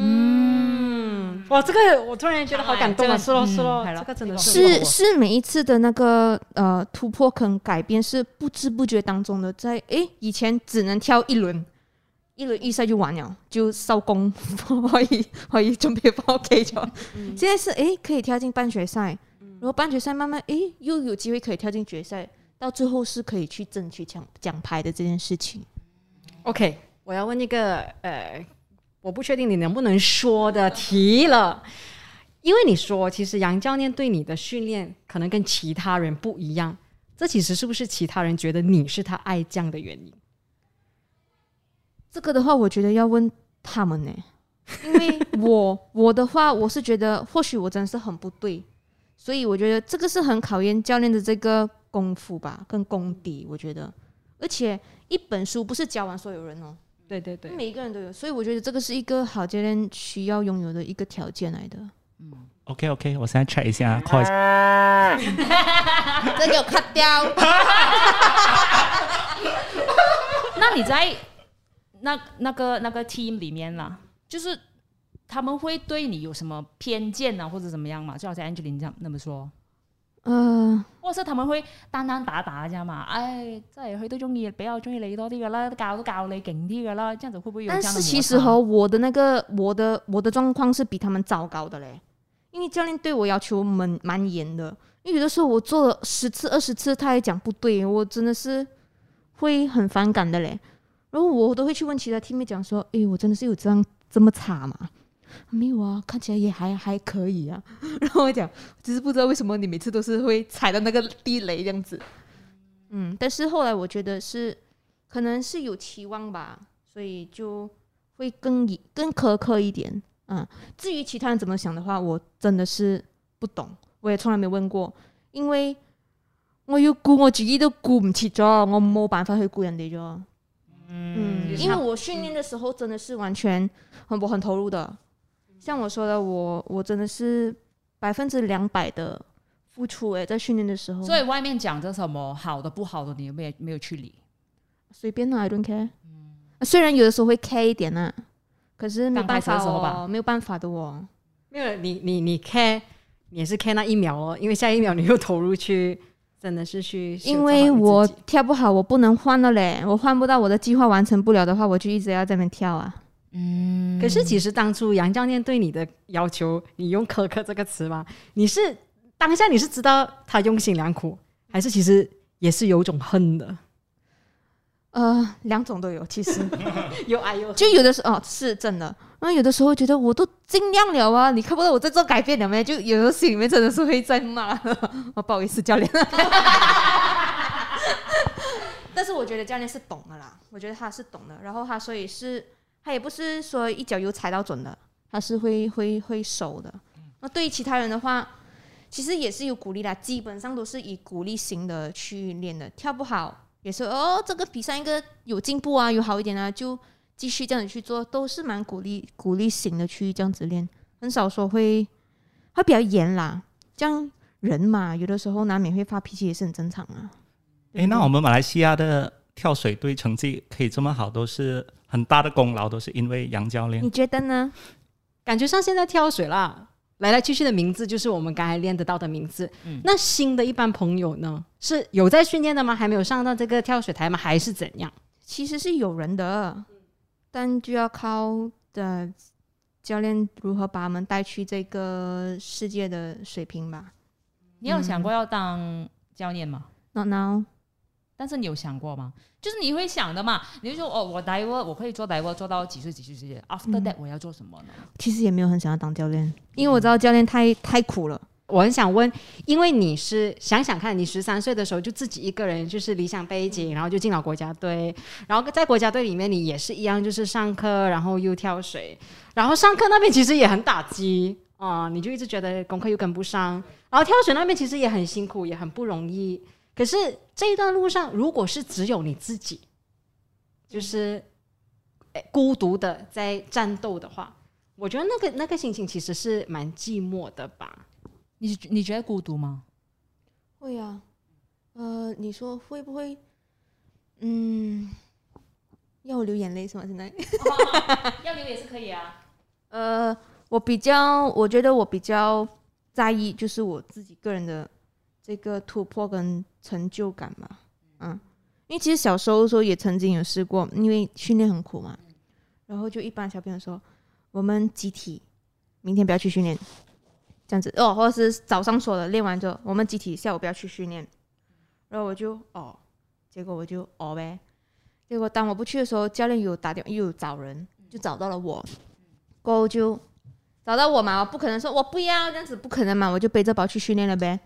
嗯，哇，这个我突然觉得好感动啊！
哎
是
这个
咯是咯
嗯系，咯
这个真的
是是每一次的那个呃突破跟改变是不知不觉当中的，在诶以前只能跳一轮，一轮预赛就完了，就收工 可以可以准备包 K 咗。现在是诶可以跳进半决赛，然后半决赛慢慢诶又有机会可以跳进决赛，到最后是可以去争取奖奖牌的这件事情。
OK，我要问一个呃，我不确定你能不能说的题了，因为你说，其实杨教练对你的训练可能跟其他人不一样，这其实是不是其他人觉得你是他爱将的原因？
这个的话，我觉得要问他们呢、因为我 我的话，我是觉得或许我真的是很不对，所以我觉得这个是很考验教练的这个功夫吧，跟功底，我觉得。而且一本书不是教完所有人哦，
对对对，
每一个人都有，所以我觉得这个是一个好教练需要拥有的一个条件来的。
OK OK，我现在 check 一下 call 一下。
这给我 cut 掉。
那你在那那个那个 team 里面啦，就是他们会对你有什么偏见啊，或者怎么样嘛？就好像 Angeline 这样那么说，
嗯、
或者是他們會單單打打啫嘛？唉，即係佢都中意比較中意你多啲嘅啦，教都教你勁啲嘅啦，這樣子會唔會有這
但
樣的摩
是
擦
其实和我的那个我的我的状况是比他们糟糕的嘞，因为教练对我要求蛮蛮严的，因为有的时候我做了十次二十次，他还讲不对，我真的是会很反感的嘞。然后我都会去问其他 teammate 讲说，诶，我真的是有这样这么差吗？没有啊，看起来也还还可以啊。 然后我讲，只是不知道为什么你每次都是会踩到那个地雷这样子。嗯，但是后来我觉得是，可能是有期望吧，所以就会更以更苛刻一点。嗯，至于其他人怎么想的话，我真的是不懂，我也从来没问过，因为我要顾我自己都顾唔切咗，我冇辦法去顧人哋咗。嗯，因為我訓練的時候真的是完全很我很投入的，像我說的，我我真的是百分之两百的付出诶、在訓練的時候，
所以外面讲着什么好的不好的，你有没有没有去理？
随便啦、i don't care。啊虽然有的時候會 care 一點啊，可是没
剛開
辦
始的
法
時候吧
哦，没有辦法的哦。
没有你你你 care，你也是 care 那一秒哦，因为下一秒你又投入去，真的是去修
因为
正好你
我
自己
跳不好，我不能换了嘞。我换不到我的计划完成不了的话，我就一直要在那边跳啊。
嗯
可是其实当初杨教练对你的要求，你用苛刻这个词吗？你是当下你是知道他用心良苦，还是其实也是有种恨的，
呃，两种都有，其实
有爱有恨？
就有的时候哦，是真的。然后有的时候觉得我都尽量了啊，你看不到我在做改变了没？就有时候心里面真的是会在骂， 哦、不好意思，教练。但是我觉得教练是懂的啦，我觉得他是懂的。然后他所以是，他也不是说一脚油踩到准的，他是会会会收的。那对于其他人的话，其实也是有鼓励啦，基本上都是以鼓励型的去练的。跳不好也是哦，这个比上一个有进步啊，有好一点啊，就继续这样子去做，都是蛮鼓励鼓励型的去这样子练，很少说会会比较严啦。这样人嘛，有的时候难免会发脾气，也是很正常啊。
诶，那我们马来西亚的跳水队成绩可以这么好，都是很大的功劳，都是因为杨教练
你。觉得呢？
感觉上现在跳水啦，来来去去的名字就是我们刚才练得到的名字。那新的一般朋友呢，是有在训练的吗？还没有上到这个跳水台吗？还是怎样？
其实是有人的，但就要靠的教练如何把他们带去这个世界的水平吧。
你有想过要当教练吗？
Not now，
但是你有想过吗？就是你会想的嘛，你就说哦，我 diver 我可以做 diver 做到几岁几岁几岁，after that 我要做什么呢？
其实也没有很想要当教练，因为我知道教练太太苦了。
我很想问，因为你是想想看，你十三岁的时候就自己一个人，就是理想背景，然后就进了国家队，然后在国家队里面你也是一样，就是上课，然后又跳水，然后上课那边其实也很打击 啊、你就一直觉得功课又跟不上，然后跳水那边其实也很辛苦，也很不容易。可是这一段路上，如果是只有你自己，就是诶孤独的在战斗的话，我觉得那个那个心情其实是蛮寂寞的吧。
你你觉得孤独吗？
会啊，呃，你说会不会？嗯，要我流眼泪是吗？现在？
要留也是可以啊。
呃，我比较，我觉得我比较在意就是我自己个人的这个突破跟成就感吧。嗯，因为其实小时候的时候也曾经有试过，因为训练很苦嘛，然后就一般小朋友说我们集体明天不要去训练，这样子哦，或者是早上说的练完之后我们集体下午不要去训练，然后我就哦，结果我就哦呗，结果当我不去的时候，教练有打电又有找人，就找到了我。过后就找到我嘛，我不可能说我不要这样子，不可能嘛，我就背着包去训练了呗。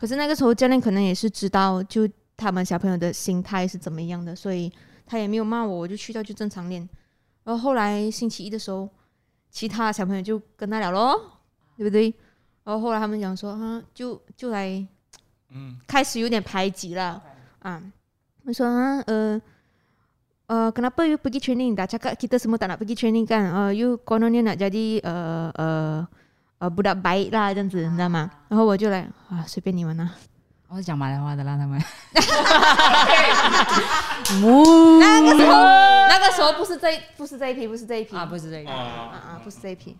可是那个时候教练可能也是知道，就他们小朋友的心态是怎么样的，所以他也没有骂我，我就去到就正常练。然后后来星期一的时候，其他小朋友就跟他聊咯，对不对？然后后来他们讲说啊，就就来
嗯，
开始有点排挤了啊。我说啊，uh, uh, kenapa you pergi training? Dah cakap kita semua tak nak pergi training kan? Uh, you kononnya nak jadi uh, uh, uh, budak baik lah 这样子，你知道吗？然后我就来啊，随便你们啦、
我是讲马来话的啦， 他们
那个时候，那个时候不是这一不是这一批，不是这一批
啊，不是这个，
啊啊，不是这一批。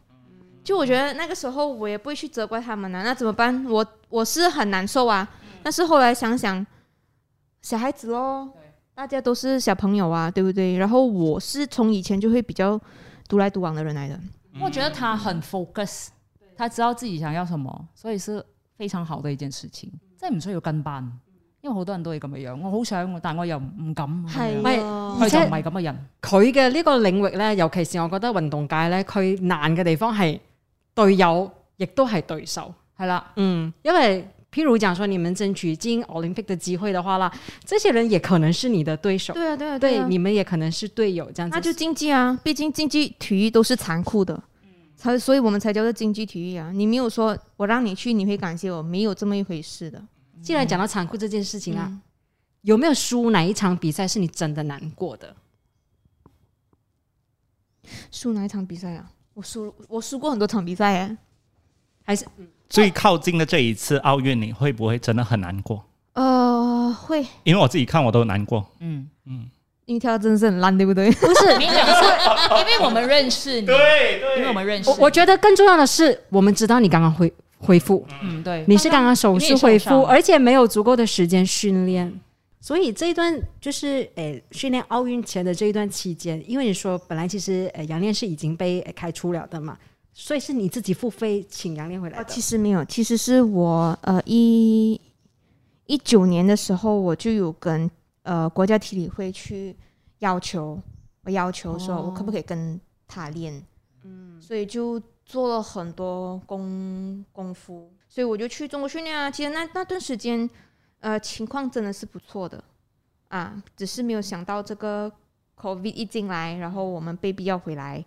就我觉得那个时候我也不会去责怪他们啊，那怎么办？我我是很难受啊。但是后来想想，小孩子咯，大家都是小朋友啊，对不对？然后我是从以前就会比较独来独往的人来的，
我觉得他很 focus，他知道自己想要什么，所以是非常好的一件事情，即係唔需要跟班，因為好多人都係咁嘅樣。我好想，但我又唔敢。咁樣
咪
哎
佢就唔係咁嘅人，
佢嘅呢個領域咧，尤其是我覺得運動界咧，佢難嘅地方係隊友，亦都係對手。
係啦，
嗯，因為譬如講說你們爭取進 Olympic 的機會的話啦，这些人也可能是你的对手，
对啊，对啊，
对,、
啊，
你们也可能是队友，这样子。
那就竞技啊，毕竟竞技体育都是残酷的，才所以我们才叫做竞技体育啊。你没有说我让你去，你会感谢我，没有这么一回事的。
既然讲到残酷这件事情啊，
嗯
有没有输哪一场比赛是你真的难过的？
输哪一场比赛啊？我输，我输过很多场比赛哎。
还是
最靠近的这一次奥运，你会不会真的很难过？
呃，会，
因为我自己看我都难过。
嗯，
因为跳得真的是很烂，对不对？
不是，因为我们认识你，
对对
因为我们认识
我，我觉得更重要的是，我们知道你刚刚恢恢复，
嗯，对，
你是刚刚手术恢
因为你受伤
复，而且没有足够的时间训练。所以这一段就是诶训练奥运前的这一段期间，因为你说本来其实呃杨炼是已经被呃开除了的嘛，所以是你自己付费请杨炼回 来
啊，
的。
其实没有，其实是我呃一一九年的时候，我就有跟呃国家体委会去要求，我要求说我可不可以跟他练，嗯，所以就做了很多功功夫，所以我就去中国训练啊。其实那那段时间，呃，情况真的是不错的啊，只是没有想到这个 COVID 一进来，然后我们被逼要回来，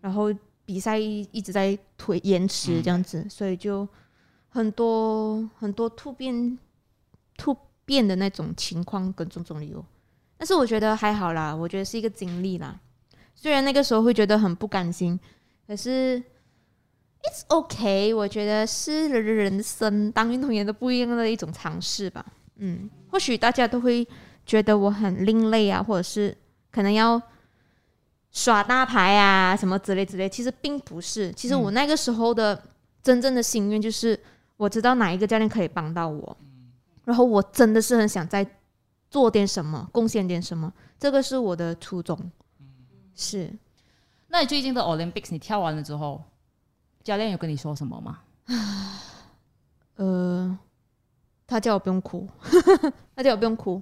然后比赛一一直在推延迟这样子，所以就很多很多突变突变的那种情况跟种种理由。但是我觉得还好啦，我觉得是一个经历啦。虽然那个时候会觉得很不甘心，可是 it's OK。我觉得是人人生当运动员都不一样的一种尝试吧。嗯，或许大家都会觉得我很另类啊，或者是可能要耍大牌啊什么之类之类。其实并不是，其实我那个时候的真正的心愿就是，我知道哪一个教练可以帮到我，然后我真的是很想再做点什么，贡献点什么，这个是我的初衷。是
那你最近的 Olympics 你跳完了之后，教练有跟你说什么吗？
呃，他叫我不用哭， 他叫我不用哭，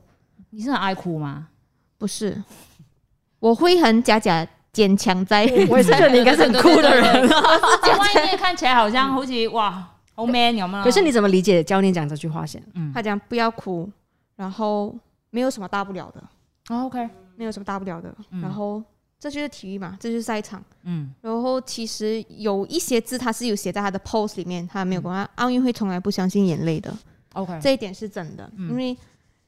你是很爱哭吗？
不是，我会很假假坚强在，
我也是觉得你应该是很酷的人，
在外面看起来好像好似哇好 man 咁啊，
可是你怎么理解教练讲这句话先？
他讲不要哭，然后没有什么大不了的，
哦 OK，
没有什么大不了的，
嗯
然后这就是体育嘛，这就是赛场。
嗯
然后其实有一些字他是有写在他的 post 里面，他没有跟他奥运会从来不相信眼泪的，
OK，
这一点是真的，
嗯
因为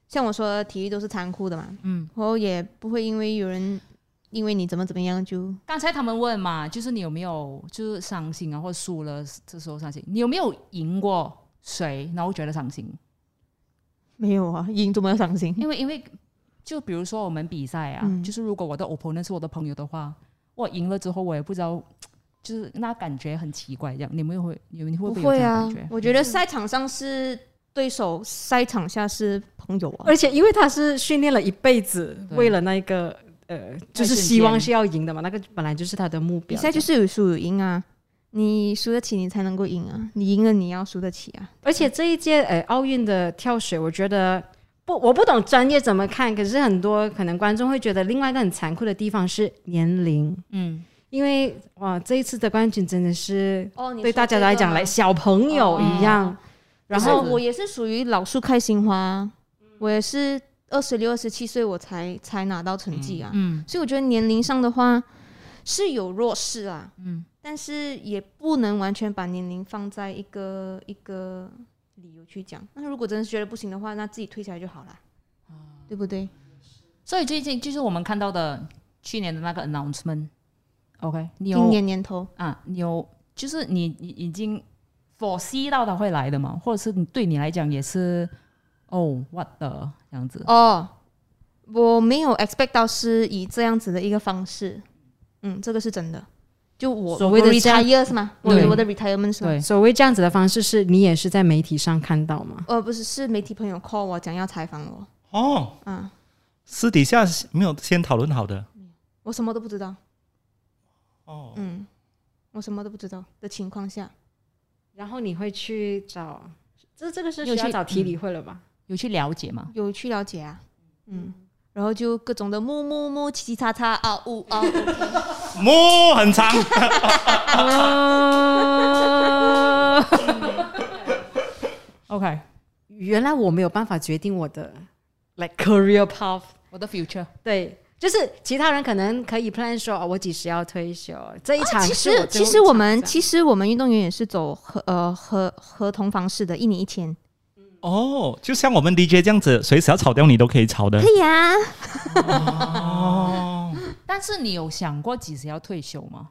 像我说的，体育都是残酷的嘛，
嗯。
然后也不会因为有人因为你怎么怎么样就
刚才他们问嘛，就是你有没有就是伤心啊，或者输了这时候伤心？你有没有赢过谁，然后觉得伤心？
嗯没有 啊，赢怎么要伤心？
因为因为就比如说我们比赛啊，
嗯
就是如果我的 opponent 是我的朋友的话，我赢了之后我也不知道，就是那感觉很奇怪，这样你们会你们会
不
会有这
会
样
啊
的感，觉？
我觉得赛场上是对手，赛场下是朋友啊
而。且因为他是训练了一辈子，
对
为了那个呃，就是希望是要赢的嘛，那个本来就是他的目
比
标。
赛就是有输有赢啊，你输得起你才能够赢啊，你赢了你要输得起啊。
而且这一届呃奥运的跳水，我觉得不，我不懂专业怎么看，可是很多可能观众会觉得另外一个很残酷的地方是年龄，
嗯，
因为哇，这一次的冠军真的是
哦，你
对
说
大家
这
来
个
讲，来小朋友一
嗯
样。然
然后
后
我也是属于老树开心花，我也是二十六、二十七岁我才才拿到成绩啊，
嗯
所以我觉得年龄上的话是有弱势啊，
嗯，
但是也不能完全把年龄放在一个一个理由去讲。那如果真的觉得不行的话，那自己退下来就好了，对不对？
所以最近就是我们看到的去年的那个 announcement，OK，、你有
今年年头，
啊，你有就是你你已经 foresee 到它会来的嘛，或者是你对你来讲也是哦 what the 这样子，
哦，我没有 expect 到是以这样子的一个方式，嗯，这个是真的。就我
所谓的
我
这样
retire 是吗？我
对
的我的 retirement 是吗？
对
所谓这样子的方式，是你也是在媒体上看到吗？
呃，不是，是媒体朋友 call 我讲要采访我，
哦，
嗯，
私底下没有先讨论好的
我什么都不知道，
哦。
嗯，我什么都不知道的情况下，
然后你会去找，这这个是
你有
需
去嗯
要找体理会了吧？
有去了解 嘛？
有去了解啊，嗯，然后就各种的木木木七七叉叉啊呜 啊呜，
摸很长，
OK，
原来我没有办法决定我的 like career path，
我的 future
对，就是其他人可能可以 plan 说，哦，我几时要退休，这一场
啊其
啊是我
实
最后一场、
其实我们
这样
其实我们运动员也是走合呃合合同方式的，一年一签，
哦，就像我们 DJ 这样子，随时要炒掉你都可以炒的
可。以啊，
哦，
但是你有想过几时要退休吗？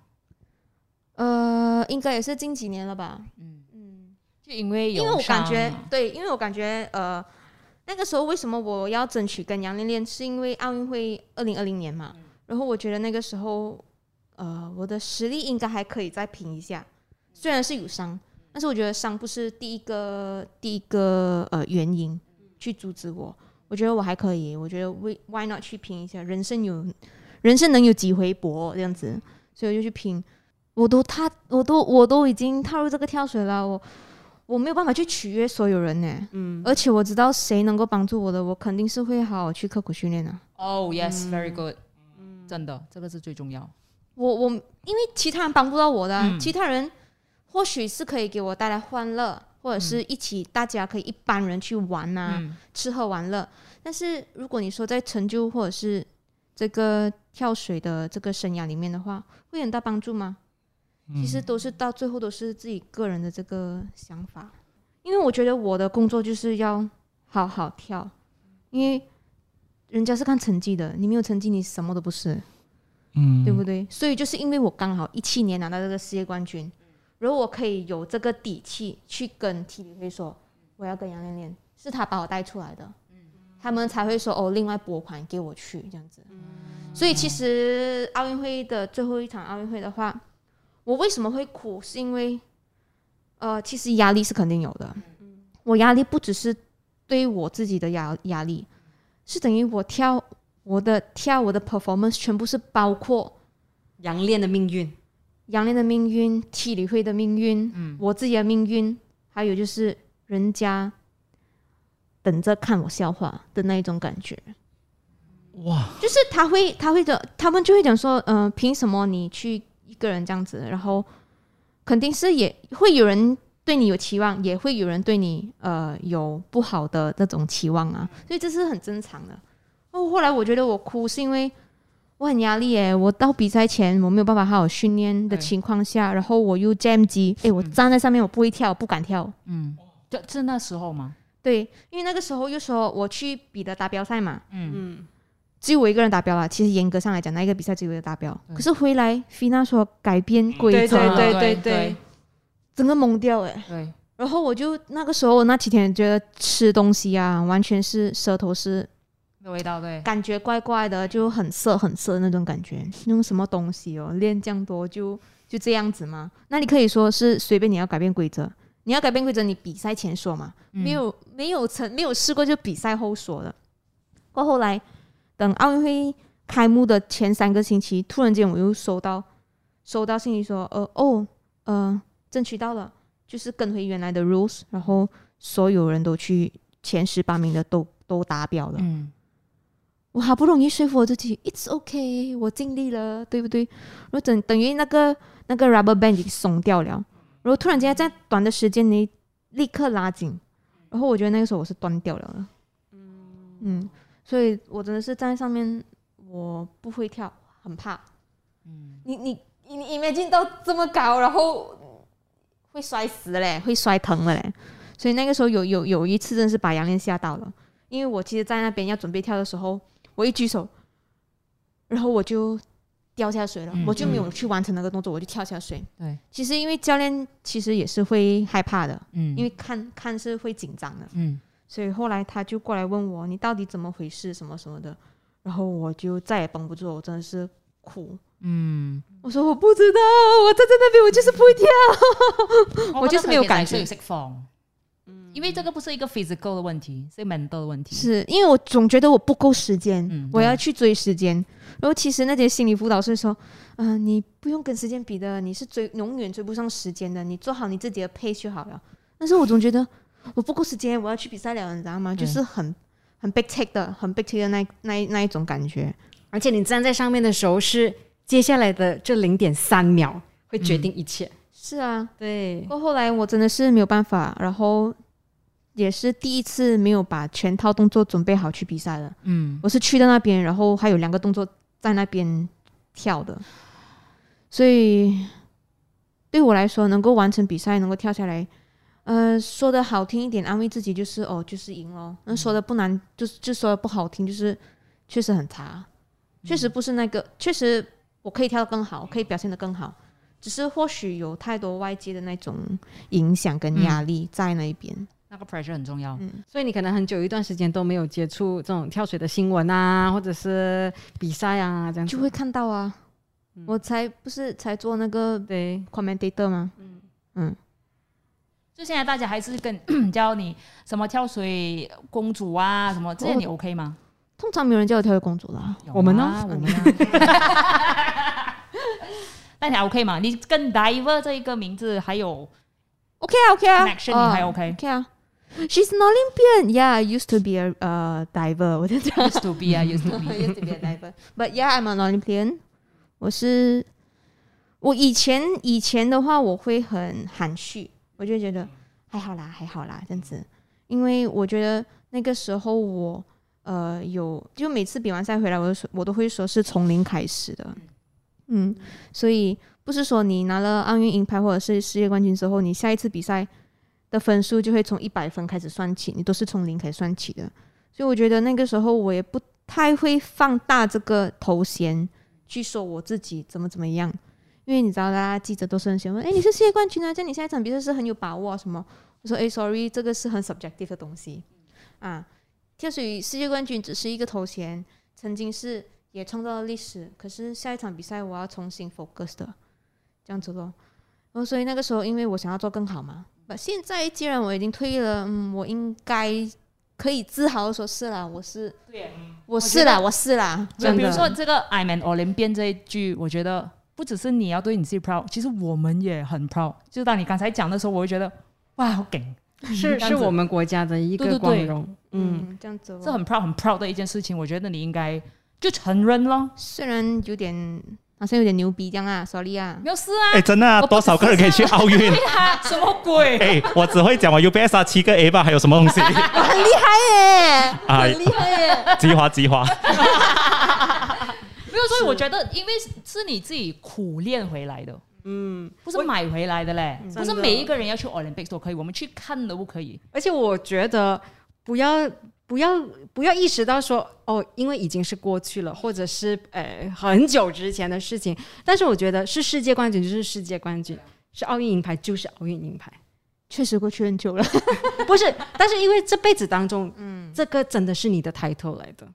呃，应该也是近几年了吧，
嗯
嗯嗯。
就因为有
因为我感
上
觉对，因为我感觉呃，那个时候为什么我要争取跟杨丽练，是因为奥运会二零二零年嘛，然后我觉得那个时候呃，我的实力应该还可以再拼一下，虽然是有伤，但是我觉得伤不是第一个第一个呃原因去阻止我，我觉得我还可以，我觉得 why why not 去拼一下，人生有人生能有几回搏这样子，所以我就去拼。我都踏，我都我都已经踏入这个跳水了，我我没有办法去取悦所有人呢、
嗯，
而且我知道谁能够帮助我的，我肯定是会好好去刻苦训练啊的。
哦、y e
嗯
s very good，、真的，这个是最重要。
我我因为其他人帮不到我的啊、
嗯
其他人或许是可以给我带来欢乐，或者是一起大家可以一般人去玩啊，
嗯，
吃喝玩乐。但是如果你说在成就或者是这个跳水的这个生涯里面的话，会有很大帮助吗？其实都是到最后都是自己个人的这个想法，因为我觉得我的工作就是要好好跳，因为人家是看成绩的，你没有成绩你什么都不是，
嗯
对不对？所以就是因为我刚好一七年拿到这个世界冠军，如果我可以有这个底气去跟体育会说我要跟杨恋恋，是他把我带出来的，他们才会说哦，另外拨款给我去这样子。所以其实奥运会的最后一场奥运会的话，我为什么会哭，是因为呃，其实压力是肯定有的，我压力不只是对我自己的压压力，是等于我跳。我的跳，我的 performance 全部是包括
杨炼的命运，
杨炼的命运、体理会的命运、我自己的命运，还有就是人家等着看我笑话的那一种感觉。
哇，
就是他会，他会的，他们就会讲说，嗯、凭什么你去一个人这样子？然后肯定是也会有人对你有期望，也会有人对你呃有不好的那种期望啊，所以这是很正常的。哦，后来我觉得我哭是因为我很压力耶，我到比赛前我没有办法好好训练的
对
情况下，然后我又 jam 机，诶，我站在上面我不会跳，不敢跳。
嗯就就那时候嘛，
对，因为那个时候又说我去比的达标赛嘛，
嗯，
只有我一个人达标啦。其实严格上来讲，那一个比赛只有我一个达标。
对
可是回来，菲娜说改变规
对
则，
嗯对
对
对对
对
对，
整个懵掉哎、
对，
然后我就那个时候，我那几天觉得吃东西啊，完全是舌头是
那味道对，
感觉怪怪的，就很涩很涩那种感觉。用什么东西哦，练这样多就就这样子嘛？那你可以说是随便你要改变规则，你要改变规则，你比赛前说嘛。
嗯
没有没有成没有试过就比赛后说的。过后来等奥运会开幕的前三个星期，突然间我又收到收到信息说，呃哦呃争取到了，就是跟回原来的 rules，然后所有人都去前十八名的都都达标了。
嗯，
我好不容易说服我自己，It's OK，我尽力了，对不对？我等等于那个那个 rubber band 已经松掉了，然后突然间在短的时间内立刻拉紧，然后我觉得那个时候我是断掉了的，嗯，所以我真的是站在上面，我不会跳，很怕。
嗯，
你你你你 imagine 到这么高，然后会摔死嘞，会摔疼的嘞。所以那个时候有有有一次真的是把杨莲吓到了，因为我其实在那边要准备跳的时候，我一举手，然后我就掉下水了，
嗯
我就没有去完成那个动作，我就跳下水。
对，
其实因为教练其实也是会害怕的，
嗯
因为看看是会紧张的，
嗯
所以后来他就过来问我，你到底怎么回事，什么什么的，然后我就再也绷不住了，我真的是哭。
嗯，
我说我不知道，我站在那边我就是不会跳。
嗯
我就是没有感觉
需要释放。因为这个不是一个 physical 的问题，是 mental 的问题。
是因为我总觉得我不够时间，
嗯
我要去追时间。然后其实那些心理辅导是说，嗯、你不用跟时间比的，你是追永远追不上时间的，你做好你自己的 pace 就好了。但是我总觉得我不够时间，我要去比赛了，你知道吗？就是很很 big take 的，很 big take 的那那那一种感觉。
而且你站在上面的时候是接下来的这零点三秒会决定一切。
是啊，
对
不，过后来我真的是没有办法，然后也是第一次没有把全套动作准备好去比赛了。
嗯，
我是去到那边，然后还有两个动作在那边跳的，所以对我来说，能够完成比赛，能够跳下来，呃，说的好听一点，安慰自己就是哦，就是赢咯。那说的不难，就是就说的不好听，就是确实很差，确实不是那个，确实我可以跳得更好，可以表现得更好，只是或许有太多外界的那种影响跟压力在那一边。
那个 pressure 很重要。
嗯，
所以你可能很久一段时间都没有接触这种跳水的新闻啊，或者是比赛啊这样子。
就会看到啊，
嗯
我才不是才做那个
对，
commentator 吗？
嗯
嗯
就现在大家还是更嗯教你什么跳水公主啊，什么这些你 OK 吗？
通常没有人叫我跳跃公主啦。
有
我们呢
啊我们呢？那你还 OK 吗？你跟 diver 这一个名字还有
OK 啊，OK 啊
connection，你还 OK？
OK 啊。She's an Olympian. Yeah, I used to be a uh, diver. 我在讲
used to be 啊，used to be。
used to be a diver, but yeah, I'm an Olympian. 我是我以前以前的话，我会很含蓄，我就觉得还好啦，还好啦这样子，因为我觉得那个时候我呃有就每次比完赛回来，我就说我都会说是从零开始的，嗯，所以不是说你拿了奥运银牌或者是世界冠军之后，你下一次比赛的分数就会从一百分开始算起，你都是从零开始算起的。所以我觉得那个时候我也不太会放大这个头衔去说我自己怎么怎么样，因为你知道，大家记者都是很喜欢问：“哎，你是世界冠军啊，这样你下一场比赛是很有把握、啊、什么？”我说：“哎，sorry，这个是很 subjective 的东西啊。跳水世界冠军只是一个头衔，曾经是也创造了历史，可是下一场比赛我要重新 focus 的，这样子咯。然后所以那个时候，因为我想要做更好嘛。把现在既然我已经退役了，嗯，我应该可以自豪的说是啦，我是，啊我是啦，我是啦，
就
真
比如
的
说这个 I'm an Olympian 这一句，我觉得不只是你要对你自己 proud，其实我们也很 proud。就是当你刚才讲的时候，我会觉得哇，好劲，
是
这样
是
子
我们国家的一
对对对
个光荣。嗯，
嗯，这样子、哦。
这很 proud 很 proud 的一件事情。我觉得你应该就承认咯，
虽然有点好像有点牛逼这样啊，sorry 啊，
没有事
哎，
啊，
真的啊，
我不
多少个人可以去 奥运？
什么鬼？
哎，我只会讲我 UBS 啊，七个 A 吧，还有什么东西？
很厉害耶，
哎，
很厉害耶，
吉华吉华，
没有，所以我觉得，因为是你自己苦练回来的，嗯，不是买回来的嘞，
嗯
不是
真的
每一个人要去 Olympics 都可以，我们去看都不可以。
而且我觉得不要不要不要意识到说哦，因为已经是过去了，或者是呃很久之前的事情。但是我觉得是世界冠军就是世界冠军，是奥运银牌就是奥运银牌，
确实过去很 久了，
不是。但是因为这辈子当中，嗯，这个真的是你的抬头来的，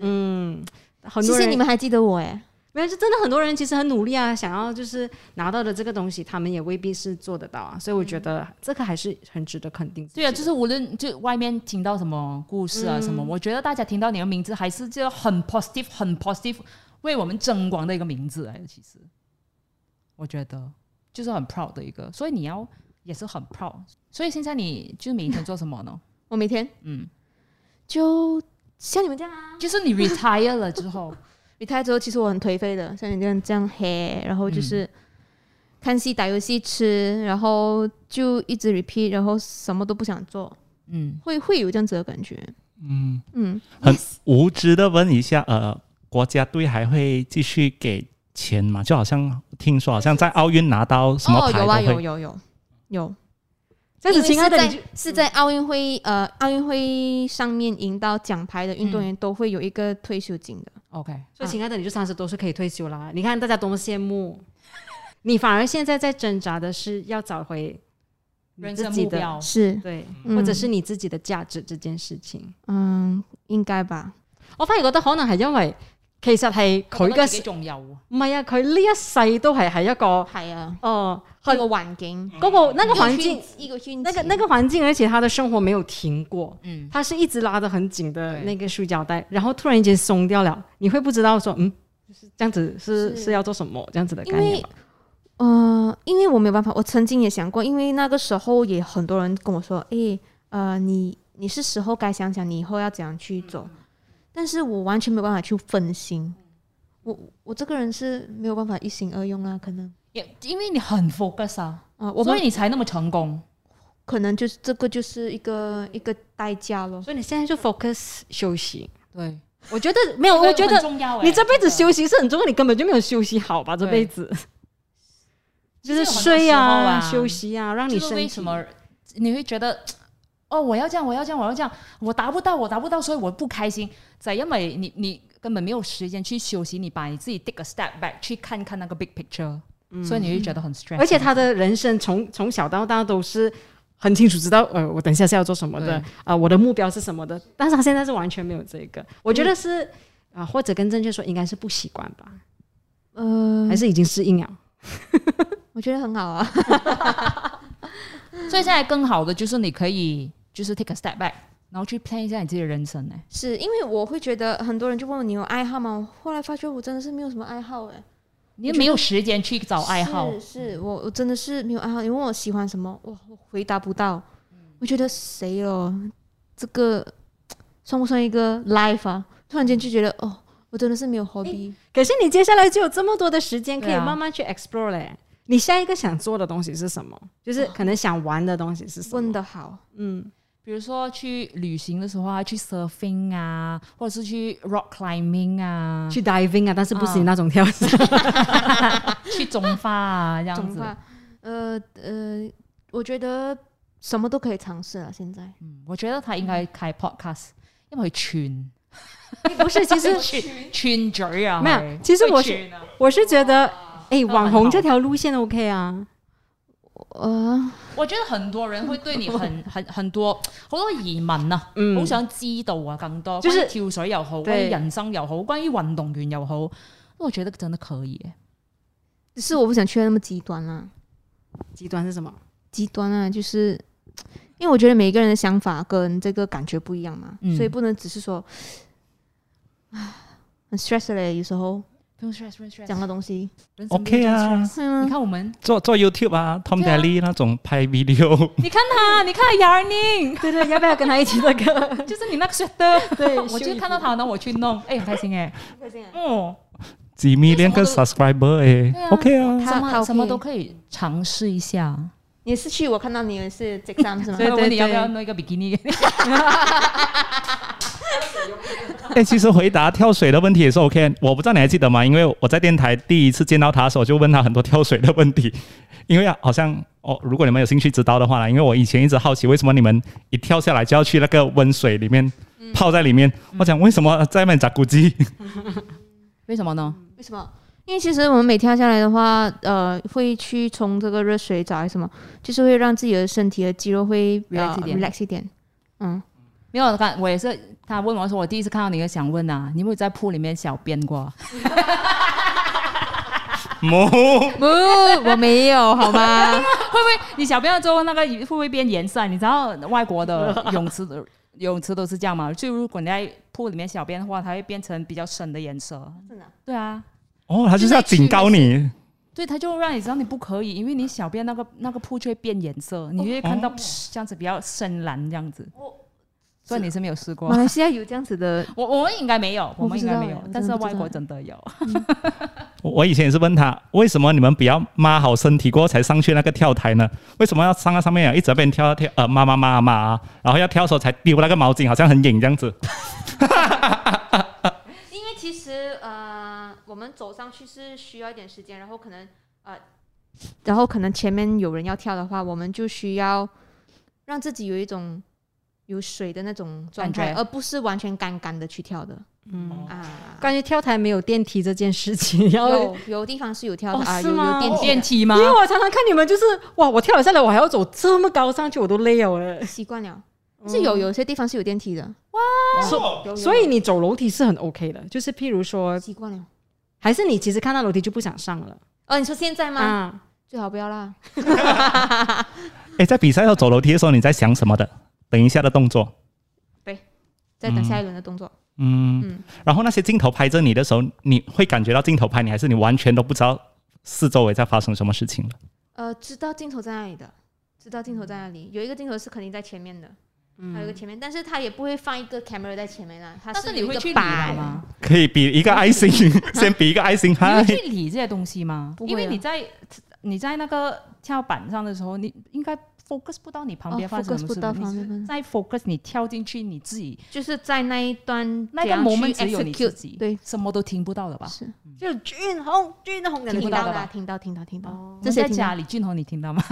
嗯。很
其
多
实
人
你们还记得我哎，
没有，是真的很多人其实很努力啊，想要就是拿到的这个东西，他们也未必是做得到啊。所以我觉得这个还是很值得肯定自己
对
的。
啊，就是无论就外面听到什么故事
嗯
啊什么，我觉得大家听到你的名字还是就很 positive、很 positive 为我们争光的一个名字哎，其实我觉得就是很 proud 的一个，所以你要也是很 proud。所以现在你就每一天做什么 呢？
我每天
嗯，
就像你们这样啊，
就是你 retire 了之后，
嗯离开之后其实我很颓废的，像你这样这样黑，然后就是看戏、打游戏、吃，然后就一直 repeat，然后什么都不想做，
嗯，
会会有这样子的感觉。
嗯，
嗯，
很无知的问一下，呃，国家队还会继续给钱吗？就好像听说，好像在奥运拿到什么
哦，
牌
有啊，
都
有
会，
有有有，
这样子，亲爱的，
因为
你
是
就
在是在奥运会呃奥运会上面赢到奖牌的运动员都会有一个退休金的。
，OK，
嗯
所以，亲爱的，你就三十多岁可以退休啦。你看大家多么羡慕，你反而现在在挣扎的是要找回你
人
自
生
己
目
的
标，
是，
对，
嗯
或者是你自己的價值這件事情。
嗯，应该吧。
我反而覺得可能係因為其實係佢
覺得自己
嘅
仲有
唔係啊，佢呢一世都係喺一個
系啊，
哦，
一
佢
个环境，
嗰個那個環
一
境，
圈一个圈子，
那個那個環境，而且他的生活沒有停過，
嗯，
他是一直拉得很緊的
對
那個塑膠袋，然後突然間鬆掉了，你會不知道說嗯，就是這樣子是
是
是要做什麼這樣子的概
因
念
为
吧。
呃，因为我没有办法，我曾经也想过，因为那个时候也很多人跟我说，诶，呃，你你是时候该想想你以后要怎样去走，但是我完全没有办法去分心，我我这个人是没有办法一心二用啊啦，可能
也因为你很 focus 啊，
啊、我
所
们
以你才那么成功。
可能就是这个就是一个一个代价咯，
所以你現在就 focus 休息，
对，
我覺得沒有，我覺得
很重要欸
你这辈子
真的
休息是很重要，你根本就没有休息好吧？这
对
辈子就
实
是
有很多
睡
时候
啊、
啊
休息啊，让你
就是
身
为
体
什么你会觉得哦，我要这样，我要这样，我要这样，我达不到，我达不到，所以我不开心，就係因为你你根本没有时间去休息，你把你自己 take a step back 去看看那个 big picture，、所以你会觉得很 stress。
而且他的人生从从小到大都是很清楚知道，呃，我等一下是要做什么的，啊
对、
我的目标是什么的。但是他现在是完全没有这个，我觉
嗯
得是啊、或者跟正确说，应该是不习惯吧，
嗯
呃
还，是已经适应了。
我觉得很好 啊，
所以现在更好的就是你可以就是 take a step back，然后去 plan 一下你自己的人生呢、
是因为我会觉得很多人就问我你有爱好吗？我后来发觉我真的是没有什么爱好诶。
你没有时间去找爱好，
是是我我真的是没有爱好。你问我喜欢什么，我我回答不到。
嗯
我觉得谁哦，这个算不算一个 life 啊？突然间就觉得哦，我真的是没有 hobby。
可是你接下来就有这么多的时间可以
对啊
慢慢去 explore 嘞。你下一个想做的东西是什么？就是可能想玩的东西是什么？
问的好，
嗯，
比如说去旅行的时候啊，去 surfing 啊，或者是去 rock climbing 啊，去
去 diving 啊，但是不行
嗯
那种跳绳。
去种花啊，这样
总
子。
话，呃呃，我觉得什么都可以尝试了。现在
嗯，我觉得他应该开 podcast，因为佢
不是，
串
其实
串串嘴啊。
没有
係
其實我
佢
是
串啊
我是觉得，哎、
那
网
很
红
好
这条路线 OK 啊，
呃，
我觉得很多人会對你很很很多好多疑問啊，好、
嗯
想知道啊更多，
就是
關於跳水又好，關
對
於人生又好，關於運動員又好，我覺得真的可以。
只是我不想去得那么极端啦，
极端是什么？
极端啊，就是。因为我觉得每一个人的想法跟这个感觉不一样嘛，
嗯
所以不能只是说，唉，很 stress 嘞，有时候。
不用 stress，不用 stress，
讲的东西。
人生不
OK
用这样
啊
stress。，
是吗
你？看我们，
做做 YouTube 啊，Tom
对啊
Daly 那种拍 video，
你看他，你看雅宁，
对对，要不要跟他一起 那个？
就是你那个 sweater，
对，
我
修
就
一
看到他，然后我去弄，哎、很开心哎、哦，
几 million 个 subscriber 诶
对啊
o k 啊，
什
他他
么
OK
什么都可以尝试一下。
你是去我看到你 也是这张是吗
对
我问你
对
要不要弄一个比基尼？
哎、其实回答跳水的问题也是 OK。我不知道你还记得吗？因为我在电台第一次见到他的时候，我就问他很多跳水的问题。因为好像哦，如果你们有兴趣知道的话啦，因为我以前一直好奇，为什么你们一跳下来就要去那个温水里面泡在里面？我想为什么在外面砸咕叽？
为什么呢？
为什么？因为其实我们每天下来的话，呃，会去冲这个热水澡还是什么，就是会让自己的身体的肌肉会呃
Relax 一点
relax 一点。嗯，
没有，看我也是，他问我说，我第一次看到你，就想问啊，你有没有在铺里面小便 过？
冇、
不，我没有，好吗？
会不会你小便了之后那个会不会变颜色啊？你知道外国的泳池 的泳池都是这样嘛？就如果你在铺里面小便的话，它会变成比较深的颜色。
真的啊
对啊，
哦，他就是要警告你。
所以他就让你知道你不可以，因为你小哦便那个那个铺就会变颜色，你就会看到、噗这样子比较深蓝这样子。所以你是没有试过
马。来西亚有这样子的，
我我们应该没有，我
我不
们应
知
该
道
没有
欸我，
但
真
是
的不
外
知
国
道
真的有。
我我以前也是问他，为什么你们不要抹好身体过后才上去那个跳台呢？为什么要上到上面啊？一直在那边跳跳呃抹抹抹抹啊，然后要跳的时候才丢那个毛巾，好像很隐这样子。
因为其实呃，我们走上去是需要一点时间，然后可能呃，然后可能前面有人要跳的话，我们就需要让自己有一种有水的那种状态，
感觉
而不是完全干干的去跳的
嗯，
啊。
关于跳台没有电梯这件事情，然后
有有地方是有跳的、
哦
啊，
是
有有
吗
电梯
电
的
梯吗
因？为我常常看你们就是哇，我跳了下来，我还要走这么高上去，我都累了哎。
习惯了，是有有些地方是有电梯的，
所
有有
所以你走楼梯是很 OK 的，就是譬如说，
习惯了。
还是你其实看到楼梯就不想上了
哦，你说现在吗？
啊？
最好不要啦。
哎，在比赛要走楼梯的时候，你在想什么的？等一下的动作，
再等下一轮的动作。
嗯，
嗯
然后那些镜头拍着你的时候，你会感觉到镜头拍你，还是你完全都不知道四周围在发生什么事情了？
呃，知道镜头在哪里的，知道镜头
嗯
在哪里。有一个镜头是肯定在前面的，还有一个前面，但是他也不会放一个 camera 在前面啦，他
但是
是
你
有一
会
个
去理它
板
吗？
可以比一个爱心，先比一个爱心，
你
嗨
会，去理这些东西吗？
不会啊
因为你在你在那个跳板上的时候，你应该 focus 不到你旁边
哦
发生什么
focus 不
事
到
情，
旁边嗯
你是在 focus 你跳进去你自己
就是在那一段
那
怎
个
样去
moment 只有你自
execute，
己，
对，
什么都听不到的吧？
是
就俊宏，俊宏
听不到的吧
啦，听到听到听到，
哦
这
这
些
些
在
听到
家里，俊宏你听到吗？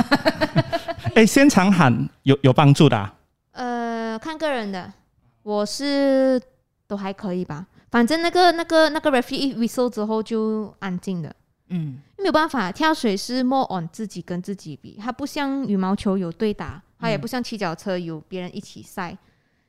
哎，现场喊有有帮助的、啊，
呃，看个人的，我是都还可以吧，反正那个那个那个 referee 一 whistle 之后就安静的。
嗯，
没有办法，跳水是 more on 自己跟自己比，它不像羽毛球有对打，它也
嗯
不像骑脚车有别人一起赛，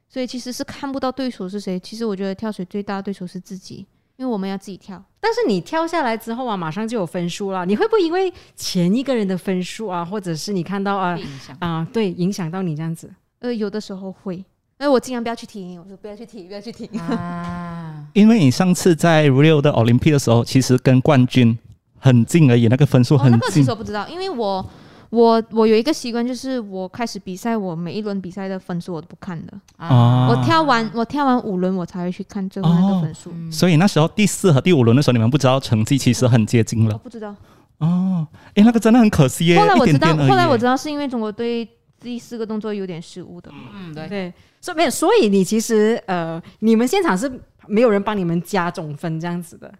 所以其实是看不到对手是谁。其实我觉得跳水最大的对手是自己，因为我们要自己跳。
但是你跳下来之后啊，马上就有分数了。你会不会因为前一个人的分数啊，或者是你看到啊
被影
嗯
响。
啊，对，影响到你这样子？
呃，有的时候会，哎，我尽量不要去停，我说不要去停，不要去停。
啊，
因为你上次在 Rio 的 Olympic 的时候，其实跟冠军很近而已，那个分数
哦，那
很
个其
近
实。我不知道，因为我我我有一个习惯，就是我开始比赛，我每一轮比赛的分数我都不看的，
啊
我跳完我跳完五轮我才会去看最后那
哦
个分数。
所以那时候第四和第五轮的时候，你们不知道成绩，其实很接近
我
了。
不知道。
哦，哎，那个真的很可惜耶，
后来我知道，
一点点而已耶
后来我知道是因为中国队第四个动作有点失误的。
嗯，对，
对，所以没有，所以你其实呃，你们现场是没有人帮你们加总分这样子的，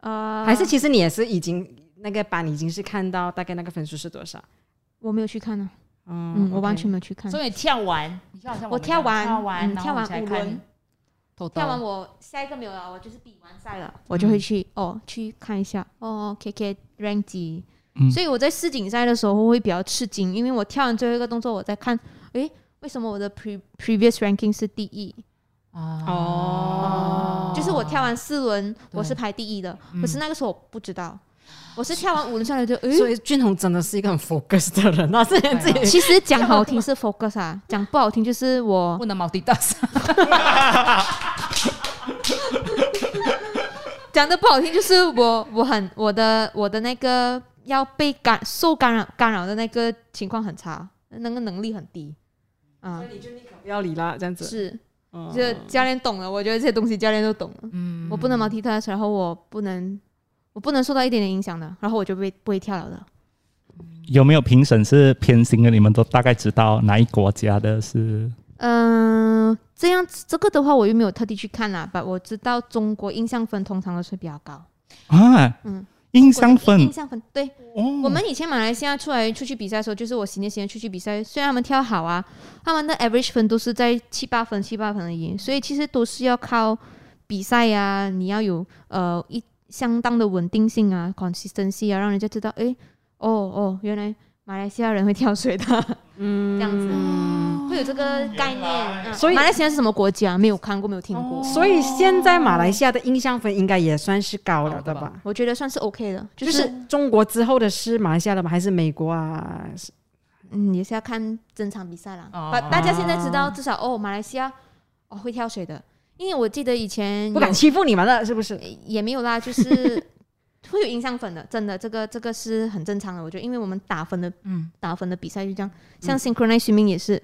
呃，
还是其实你也是已经那个版已经是看到大概那个分数是多少？
我没有去看呢、
嗯
嗯，我完全没有去看。
所以跳完，你就好像
我
们
跳完
跳完，
嗯
然后
跳完
我才
五
看
轮，
偷偷
跳完我下一个没有了，我就是比完赛了，我就会去、哦去看一下哦，K K rank 几。
嗯
所以我在世锦赛的时候会比较吃惊，因为我跳完最后一个动作，我在看，诶，为什么我的 pre previous ranking 是第一？哦
哦
就是我跳完四轮，我是
对
排第一的，
嗯
可是那个时候我不知道，我是跳完五轮下来 就，诶。
所以俊宏真的是一个很 focus 的人啊，是自己
其实讲好听是 focus 啊，讲不好听就是我
不能 multitask，
讲的不好听就是我我很我的我的那个要被干受干扰干扰的那个情况很差，那个能力很低。啊，
不要理啦，这样子。
是，
嗯
就教练懂了，我觉得这些东西教练都懂了。嗯，我不能 multitask，然后我不能，我不能受到一点点影响的，然后我就被不会跳了的。
有没有评审是偏心的？你们都大概知道哪一国家的是？
嗯、这样子这个的话，我又没有特地去看啦，但我知道中国印象分通常都是比较高。
啊，
嗯，
印象
印
分
象分对，
哦，
我们以前马来西亚出来出去比赛的时候，就是我十年前出去比赛，虽然他们跳好啊，他们的 average 分都是在七八分、七八分而已，所以其实都是要靠比赛呀、你要有呃一相当的稳定性啊、consistency 啊，让人家知道，诶，哦哦，原来马来西亚人会跳水的，嗯，这样子。会有这个概念，嗯
所以哦
马来西亚是什么国家？没有看过，没有听过，
所以现在马来西亚的印象分应该也算是高了的吧？
我觉得算是 OK 的，就、
就是是中国之后的是马来西亚的吗？还是美国啊？是
嗯，也是要看整场比赛啦。
哦
把、大家现在知道，至少哦，马来西亚哦会跳水的，因为我记得以前
不敢
有
欺负你们了，是不是？
也没有啦，就是 会有影响粉的，真的，这个这个是很正常的。我觉得，因为我们打分的，
嗯
嗯
打分的比赛就这样，像 synchronize swimming 也是，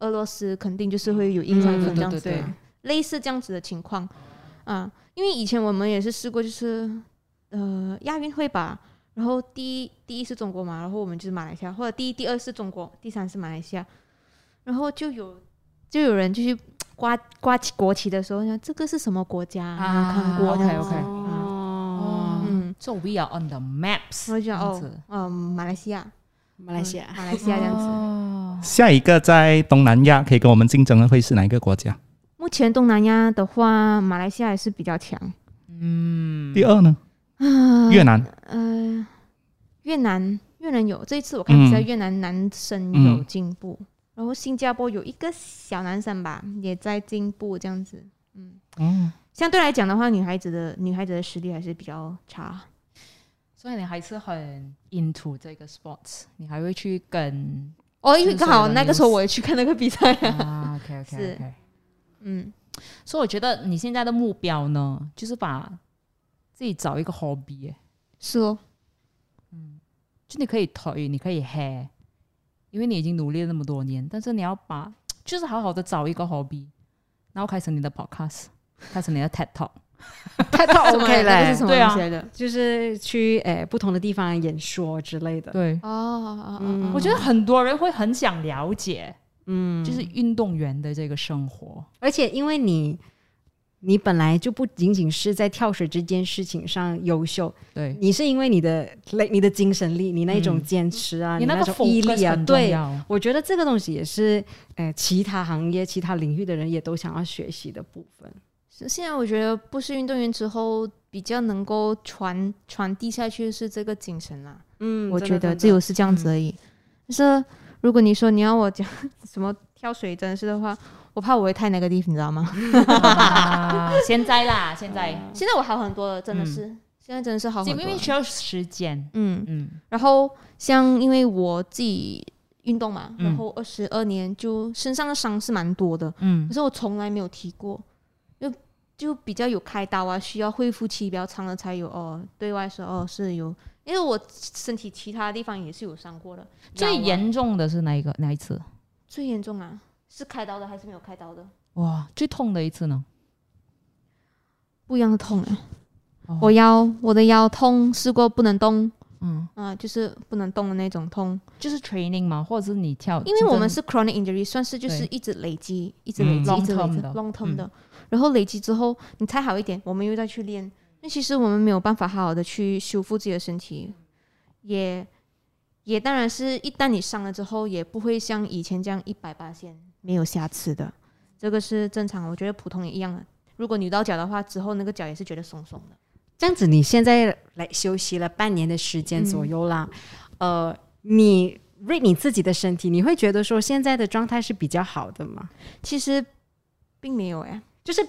俄罗斯肯定就是会有影响
嗯
成这样
对
子
对
的
对
类似这样子的情况啊。因为以前我们也是试过，就是呃亚运会吧，然后第一第一是中国嘛，然后我们就是马来西亚，或者第一第二是中国，第三是马来西亚，然后就有就有人就去刮刮起国旗的时候，想这个是什么国家啊？韩国
OK
的。
OK，
哦，
嗯，
So we are on the maps，
我就想
这样
哦
子，
嗯，马来西亚，嗯
马来西亚
马来西亚这样子。
哦
下一个在东南亚可以跟我们竞争的会是哪一个国家？
目前东南亚的话，马来西亚也是比较强。
嗯，
第二呢？越南。
呃，越南，越南有这一次我看比赛，
嗯
越南男生有
嗯
进步，然后新加坡有一个小男生吧，也在进步，这样子。嗯，
哦
嗯，
相对来讲的话，女孩子的女孩子的实力还是比较差。
所以你还是很 into 这个 sports，你还会去 跟
哦，因为刚好
就是
那个时候
有
我也去看那个比赛、
嗯
啊。
啊，OK OK
是
OK。
嗯，
所以我觉得你现在的目标呢，就是把自己找一个 hobby，耶
是哦，
就你可以腿，你可以 hair，因为你已经努力了那么多年，但是你要把就是好好的找一个 hobby，然后开始你的 podcast，开始你的 TED Talk。
太到
什么来
OK
的这是
嘞
什，么
对啊
东西来的？
就是去诶、不同的地方演说之类的。
对，
哦哦哦哦
嗯，
我觉得很多人会很想了解，
嗯，
就是运动员的这个生活。
而且因为你，你本来就不仅仅是在跳水这件事情上优秀，
对，
你是因为你的累、你的精神力、你那一种坚持啊、
你
那
那个
种毅
focus
力啊，
很重
对。
要。
我觉得这个东西也是，呃，其他行业、其他领域的人也都想要学习的部分。
是现在我觉得不是运动员之后比较能够传传递下去是这个精神啦、
嗯
我觉得只有是这样子而已。就是如果你说你要我讲 什么跳水真的是的话，我怕我会太那个地，你知道吗？
啊现在 啦，现在，
现在我好很多了，真的是，现在真的是好很
因
多
为
了。
需要时间。
嗯，
嗯，
然后像因为我自己运动嘛，
嗯
然后二十二年就身上的伤是蛮多的，
嗯
可是我从来没有提过，就就比较有开刀啊，需要恢复期比较长的才有哦。对外说哦是有，因为我身体其他地方也是有伤过的，
最
腰啊
严重的是哪一个哪一次？
最严重啊，是开刀的还是没有开刀的？
哇，最痛的一次呢？
不一样的痛啊！
哦
我腰，我的腰痛，试过不能动，
嗯，
啊、就是不能动的那种痛。
就是 training 嘛，或者是你跳，
因为我们是 chronic injury，算是就是
对
一直累积，一直累积，
嗯
一直累
long term
积
的
long
嗯
term 的。然后累积之后，你才好一点，我们又再去练。那其实我们没有办法好好的去修复自己的身体，也也当然是一旦你伤了之后，也不会像以前这样一百八线没有瑕疵的，这个是正常。我觉得普通也一样的。如果扭到脚的话，之后那个脚也是觉得松松的。
这样子，你现在来休息了半年的时间左右啦，呃，你 read 你自己的身体，你会觉得说现在的状态是比较好的吗？
其实并没有哎、
就是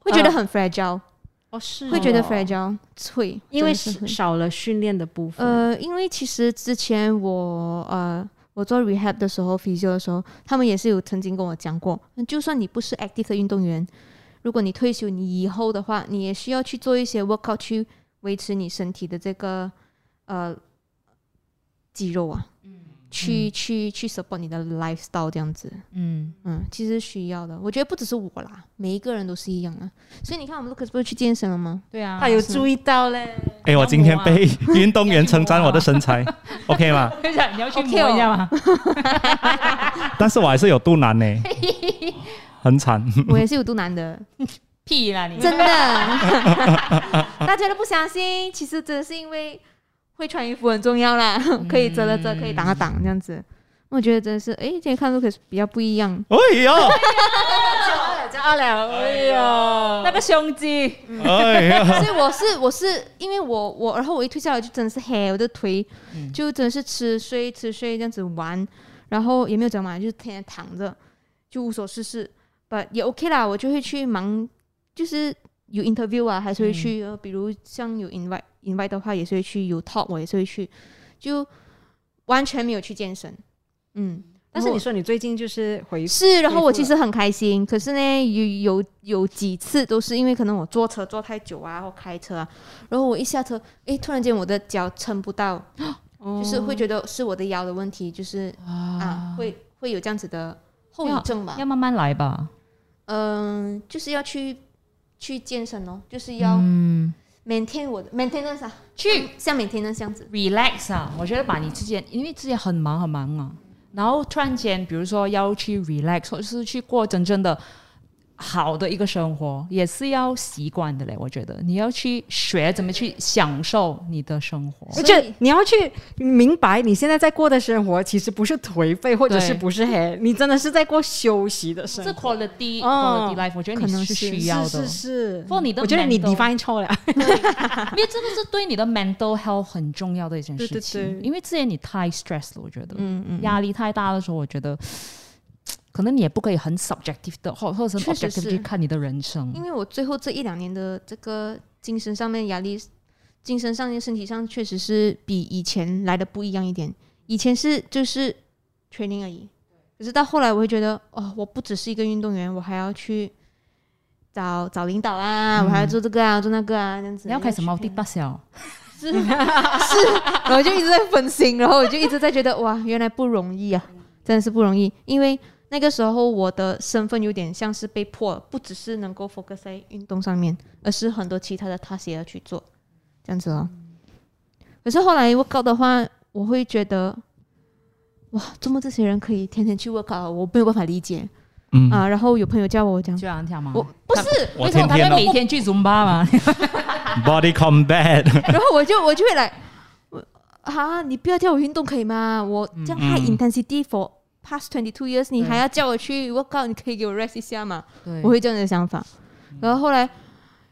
会
嗯
觉得很 fragile，、
哦，是
会觉得 fragile 脆，
因为
真的是
是
会
少了训练的部分。
呃，因为其实之前我呃我做 rehab 的时候，physio 的时候，他们也是有曾经跟我讲过，就算你不是 active 的运动员，如果你退休，你以后的话，你也需要去做一些 workout 去维持你身体的这个呃肌肉啊，去、去去 support 你的 lifestyle 这样子。
嗯，
嗯，其实需要的，我觉得不只是我啦，每一个人都是一样啊。所以你看，我们 Lucas 不是去健身 了吗？
对啊，
他有注意到嘞，
哎，我今天被 运动员称赞我的身 材，OK 吗？
你要去摸一下吗？
但是我还是有肚腩 呢，很惨。
我也是有肚腩的。
屁啦你！
真的，大家都不相信，其实真的是因为会穿衣服很重要啦， 可以遮了遮，可以挡了挡，这样子。我觉得真的是，哎，今天看 Lucas 比较不一样，
哎呦，
骄傲了，哎呀，
那个胸肌，
哎
嗯
呀，
所以我是我是因为我我，然后我一退下来就真的是黑，我的腿就真的是吃睡吃睡这样子玩，然后也没有怎么玩，就是天天躺着，就无所事事，but 也 OK 啦，我就会去忙，就是有 interview 啊，还是会去，呃比如像有 invite invite 的话，也是会去，有 talk 我也是会去，就完全没有去健身，嗯。
但是你说你最近就是回
是，然后我
恢复
其实很开心，可是呢，有有有几次都是因为可能我坐车坐太久啊，或开车啊，然后我一下车，诶，突然间我的脚撑不到，就是会觉得是我的腰的问题，就是啊，会会有这样子的
后遗症
症吧
哦要慢慢来吧。
嗯、就是要去去健身哦，就是要 maintain 我的 maintenance 啊，
嗯去
像 maintenance 这样子。
relax 啊，我觉得把你之前，因为之前很忙很忙嘛，然后突然间，比如说要去 relax，或者是去过真正的好的一个生活，也是要习惯的嘞。我觉得你要去学怎么去享受你的生活。
而
所
且
以
你要去明白，你现在在过的生活其实不是颓废，或者
对
是不是黑，你真的是在过休息的生
这
活。
quality、
哦
quality life，我觉得
可能
你
是
需要的，
是是是。
For 你的
我觉得你
mental
define 错了，
因为这个是对你的 mental health 很重要的一件事情。
对对对
因为之前你太 stress 了，我觉得，
嗯嗯
压力太大的时候，我觉得可能你也不可以很 subjective 的，或或者是
确实
objective
是
去看你的人生。
因为我最后这一两年的这个精神上面压力，精神上面、身体上确实是比以前来的不一样一点。以前是就是 training 而已，可是到后来我会觉得，哦，我不只是一个运动员，我还要去找找领导啊，我还要做这个啊，做那个啊，这样子。
嗯你要开始
冒
multi
地
p a s
是 是，然后就一直在分心，然后我就一直在觉得，哇，原来不容易啊，真的是不容易，因为。那个时候我的身份有点像是被迫，不只是能够 focus 在运动上面，而是很多其他的 task 也要去做，这样子哦。可是后来 workout 的话，我会觉得，哇，怎么这些人可以天天去 workout，我没有办法理解、
嗯，
啊。然后有朋友叫我讲，
就这样跳吗？
我不是，
我
为什么
天
他
天
们
哦
每天去 Zumba 嘛？
body combat，
然后我就我就会来，我啊，你不要叫我运动可以吗？我这样 high
嗯
intensity for past twenty two years，你
对
还要叫我去 workout，你可以给我 rest 一下嘛？
对
我会这样的想法。然后后来，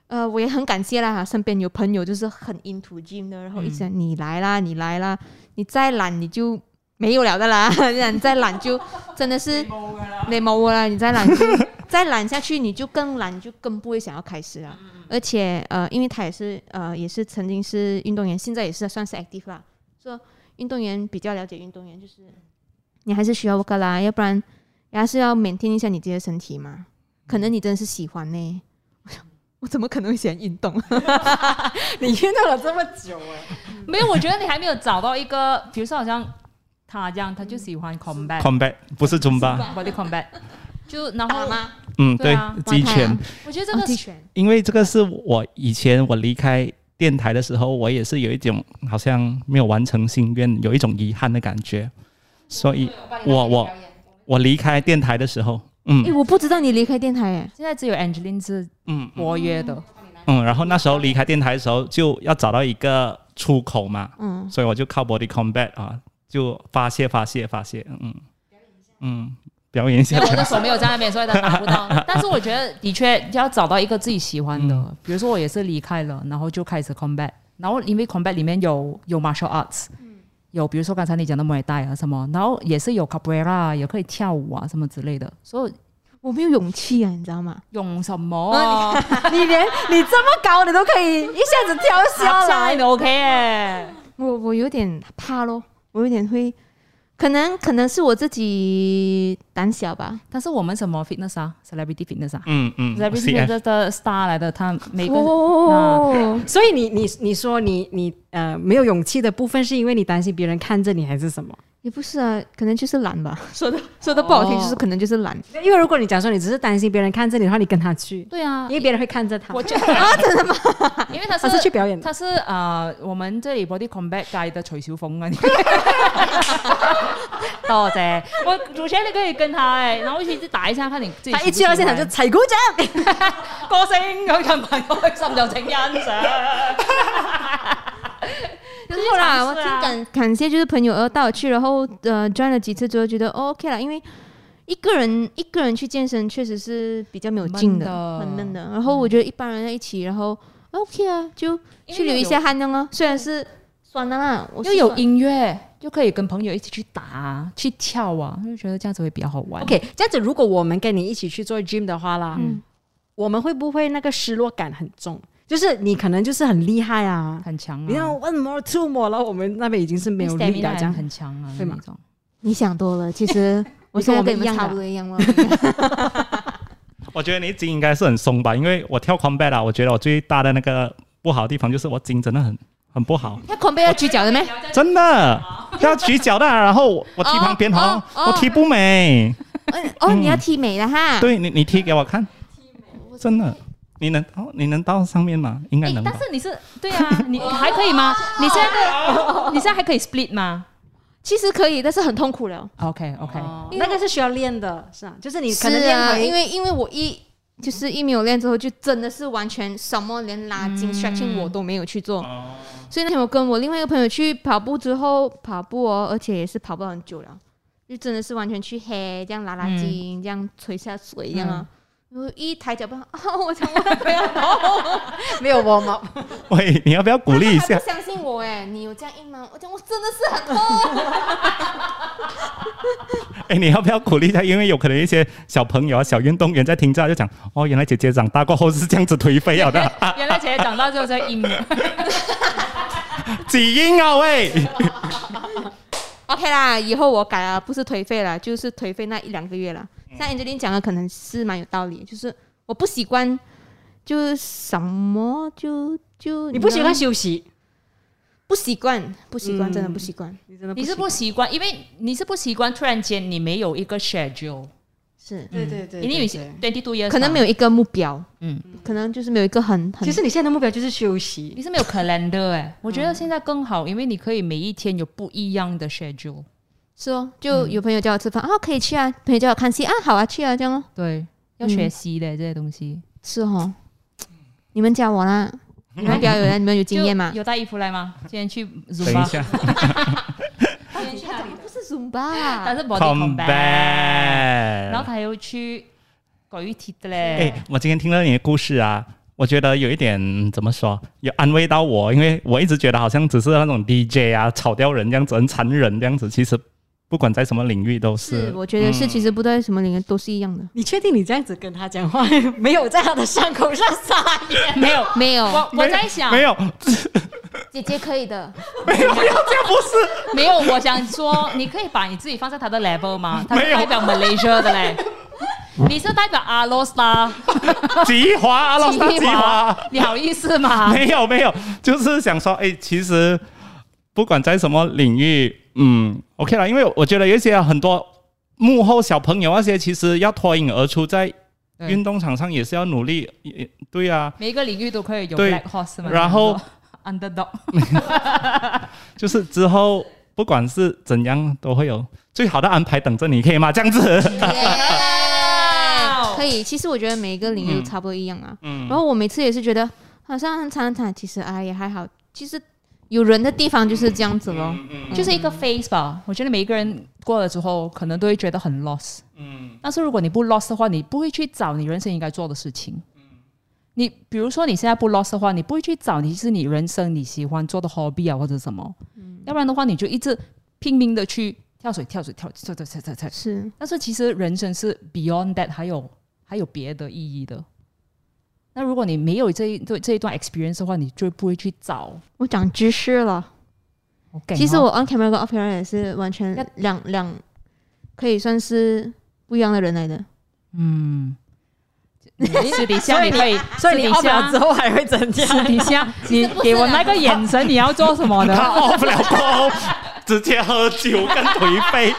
呃，我也很感谢啦，身边有朋友就是很 into gym 的，然后一直讲、你来啦，你来啦，你再懒你就没有了的啦， 这样你再懒就真的是没毛了啦，你再懒就再懒下去，你就更懒，就更不会想要开始了。而且呃，因为他也是呃，也是曾经是运动员，现在也是算是 active 啦。说运动员比较了解运动员，就是你还是需要 work 啦，要不然你还是要 maintain 一下你自己的身体嘛。可能你真的是喜欢呢、 我怎么可能会喜欢运动？
你运动了这么久哎，
没有，我觉得你还没有找到一个，比如说好像他这样，他就喜欢 combat，body
combat 不是中巴，
combat，就然
打
后
吗？
嗯，
对
对
啊，
击
玩太
拳
阳，
我觉得这
哦
个
地拳
因为这个是我以前我离开电台的时候，我也是有一种好像没有完成心愿，有一种遗憾的感觉，所以我我我离开电台的时候，嗯
哎、我不知道你离开电台哎、
现在只有 Angeline 是
嗯
活跃的，
嗯，然后那时候离开电台的时候就要找到一个出口嘛，
嗯，
所以我就靠 body combat 啊，就发泄发泄发泄，嗯嗯，表演一
因
下
为，我的 手没有在那边，所以他打不到。但是我觉得的确要找到一个自己喜欢的，
嗯
比如说我也是离开了，然后就开始 combat，然后因为 combat 里面有有 martial arts，、有
嗯
比如说刚才你讲的 Muay Thai 啊什么，然后也是有 capoeira，也可以跳舞啊什么之类的，所以
我没有勇气啊，你知道 吗？
用什么、啊？
哦 你连你这么高的都可以一下子跳 下来，
的 OK 哎、
我我有点怕咯，我有点会，可能可能是我自己胆小吧。
但是我们什么 fitness 啊，celebrity fitness 啊、
嗯嗯
c e l e b r i t y
，CF
fitness 的 star 来的，他每个
哦，
啊所以你你你说你你呃没有勇气的部分，是因为你担心别人看着你还是什么？
也不是啊，可能就是懒吧。说的说的不好听，
哦
就是可能就是懒。
因为如果你讲说你只是担心别人看着你的话，你跟他去，
对啊
因，为别人会看着他。
我觉得啊，真的吗？因为他
他
是
是去表演的，
他是呃，我们这里 body combat 界的徐小凤 啊，多谢我主持人你可以跟他哎，然后一起打一下，看你自己
他一去到现场就齊鼓掌。
歌星咁樣，朋友開心就請欣賞。
没有啦，我
就是尝试
挺
啊
感感谢就是朋友呃带我去，然后呃 join 了几次之后觉得、哦、OK 啦，因为一个人一个人去健身确实是比较没有劲
闷
的，
的
很闷的。然后我觉得一般人在一起，然后啊 OK 啊，就去流一下汗的哦，虽然是酸的啦，我
又
是
有
酸
音樂，又可以跟朋友一起去打啊、去跳啊，就覺得這樣子會比較好玩。
OK，这样子，如果我们跟你一起去做 gym 的话啦，
嗯
我们会不会那个失落感很重？就是你可能就是很厉害啊，
很強
嗯
你要
啊，
one more two more，然后我们那边已经是没有力了，这样
很強啊，
會嗎
那種
你想多了，其 实我
你
现
跟
在
我们
跟
一
你
样
们
的
差不多一 样了。
我觉得你筋应该是很松吧，因为我跳 combat 啊，我觉得我最大的那个不好的地方就是我筋真的很很不好，
要狂背要举脚的咩？
真的要举脚的啊，然后我我踢旁边
哦
好像
哦哦啊
我踢不美，
嗯哦，你要踢美了哈。
对你，你踢给我看，真的，你能到你能到上面吗？应该
诶
能吧
但。是你是对啊，你还可以吗？你现在你现在还可以 split 吗
其实可以，但是很痛苦了。
？OK OK，
因为
哦那个是需要练的，是啊，就是你可
是
能练
啊，
回
因为因为我一就是一没有练之后，就真的是完全什么连拉筋、stretching 我都没有去做。
哦
所以那天我跟我另外一个朋友去跑步之后，跑步哦，而且也是跑不了很久了，就真的是完全去黑，这样拉拉筋，这样捶下水，这样啊。然后一抬脚不，啊，我想我的朋友
没有 warm up，
喂，你要不要 鼓励一
他们还
下
不？相信我哎，你有这样硬吗？我讲我真的是很痛，
哎，你要不要鼓励一下？因为有可能一些小朋友啊、小运动员在听这就讲，哦，原来姐姐长大过后是这样子颓废了 的，啊
原来姐姐长大之后在阴的。
基因啊喂。
OK 啦，以后我改了，不是颓废了，就是颓废那一两个月了。像 Angelina 讲的，可能是蛮有道理，就是我不习惯，就是什么就
哦
就
你不喜欢
知道
休息，
不习惯不习惯，
嗯
真的不习惯，
你真的
你
喜
是不习惯，因为你是不习惯，突然间你没有一个 schedule，
是
嗯对对对，
因为
对
你
对
twenty two years
可能没
有，
有一个目标，
嗯，
可能就是没有一个很很
其实你现在的目标就是休息，
你是没有 calendar 哎、我觉得
嗯
现在更好，因为你可以每一天有不一样的 schedule。
是哦，
嗯
就有朋友叫我吃饭啊，可以去啊，朋友叫我看戏啊，好啊，去啊，这样咯，
对，要
嗯
学习的、这些东西。
是哦，你们教我啦，
嗯
你们表演，你们有经验吗
就？有带衣服来吗？今天去 z
等
u
一下
不是 Zumba，
但是 body
，come
combat，然后
back。
他还有去举铁的
哎
嘞。，
我今天听了你的故事啊，我觉得有一点嗯怎么说，有安慰到我，因为我一直觉得好像只是那种 DJ 啊，炒掉人这样子，很残忍这样子。其实不管在什么领域都是
是，，我觉得
嗯
是，其实不在什么领域都是一样的。
你确定你这样子跟他讲话， 没有在他的伤口上撒 盐？
没有，
没有，
我我在想，
没有，
姐姐可以的。
没有，我想说，你可以把你自己放在他的 level 吗？他
没
是
有
代表 Malaysia 的 嘞，你是代表阿罗斯啦，
吉 华阿老师吉华，
你好意思吗？
没有没有，就是想说，哎，其实不管在什么领域，嗯，OK 啦，因为我觉得有一些很多幕后小朋友那啊些，其实要脱颖而出，在
对
运动场上也是要努力，也对啊，
每一个领域都可以有
对
black horse 嘛。
然后
你说 underdog，
就是之后不管是怎样，都会有最好的安排等着你，可以吗？这样子，
哇
可以，其实我觉得每一个领域都差不多一样啊。
嗯
然，后我每次也是觉得好像很惨很惨，其实哎也还好。其实有人的地方就是这样子
嗯
咯。
就是一个 phase 吧。我觉得每一个人过了之后，可能都会觉得很 lost。
嗯，
但是如果你不 lost 的话，你不会去找你人生应该做的事情。你比如说你现在不 lost 的话，你不会去找你是你人生你喜欢做的 hobby 啊或者什么，要不然的话你就一直拼命的去跳水跳水跳跳跳跳跳跳。
是，
但是其实人生是 beyond that 还有还有别的意义的。那如果你没有这一这这一段 experience 的话，你就不会去找。
我长知识了。
好劲哦
其实我 on camera 跟 off camera 也是完全
那
两两，可以算是不一样的人来的。
嗯，私底下
所以
你
你
可以，
所以
私
你奥
底
表
下
之后还会怎
私
样？
底下 你
不是
给我
啦
那个眼神，你啊要做什么
他
的？
off 了过后，直接喝酒跟颓废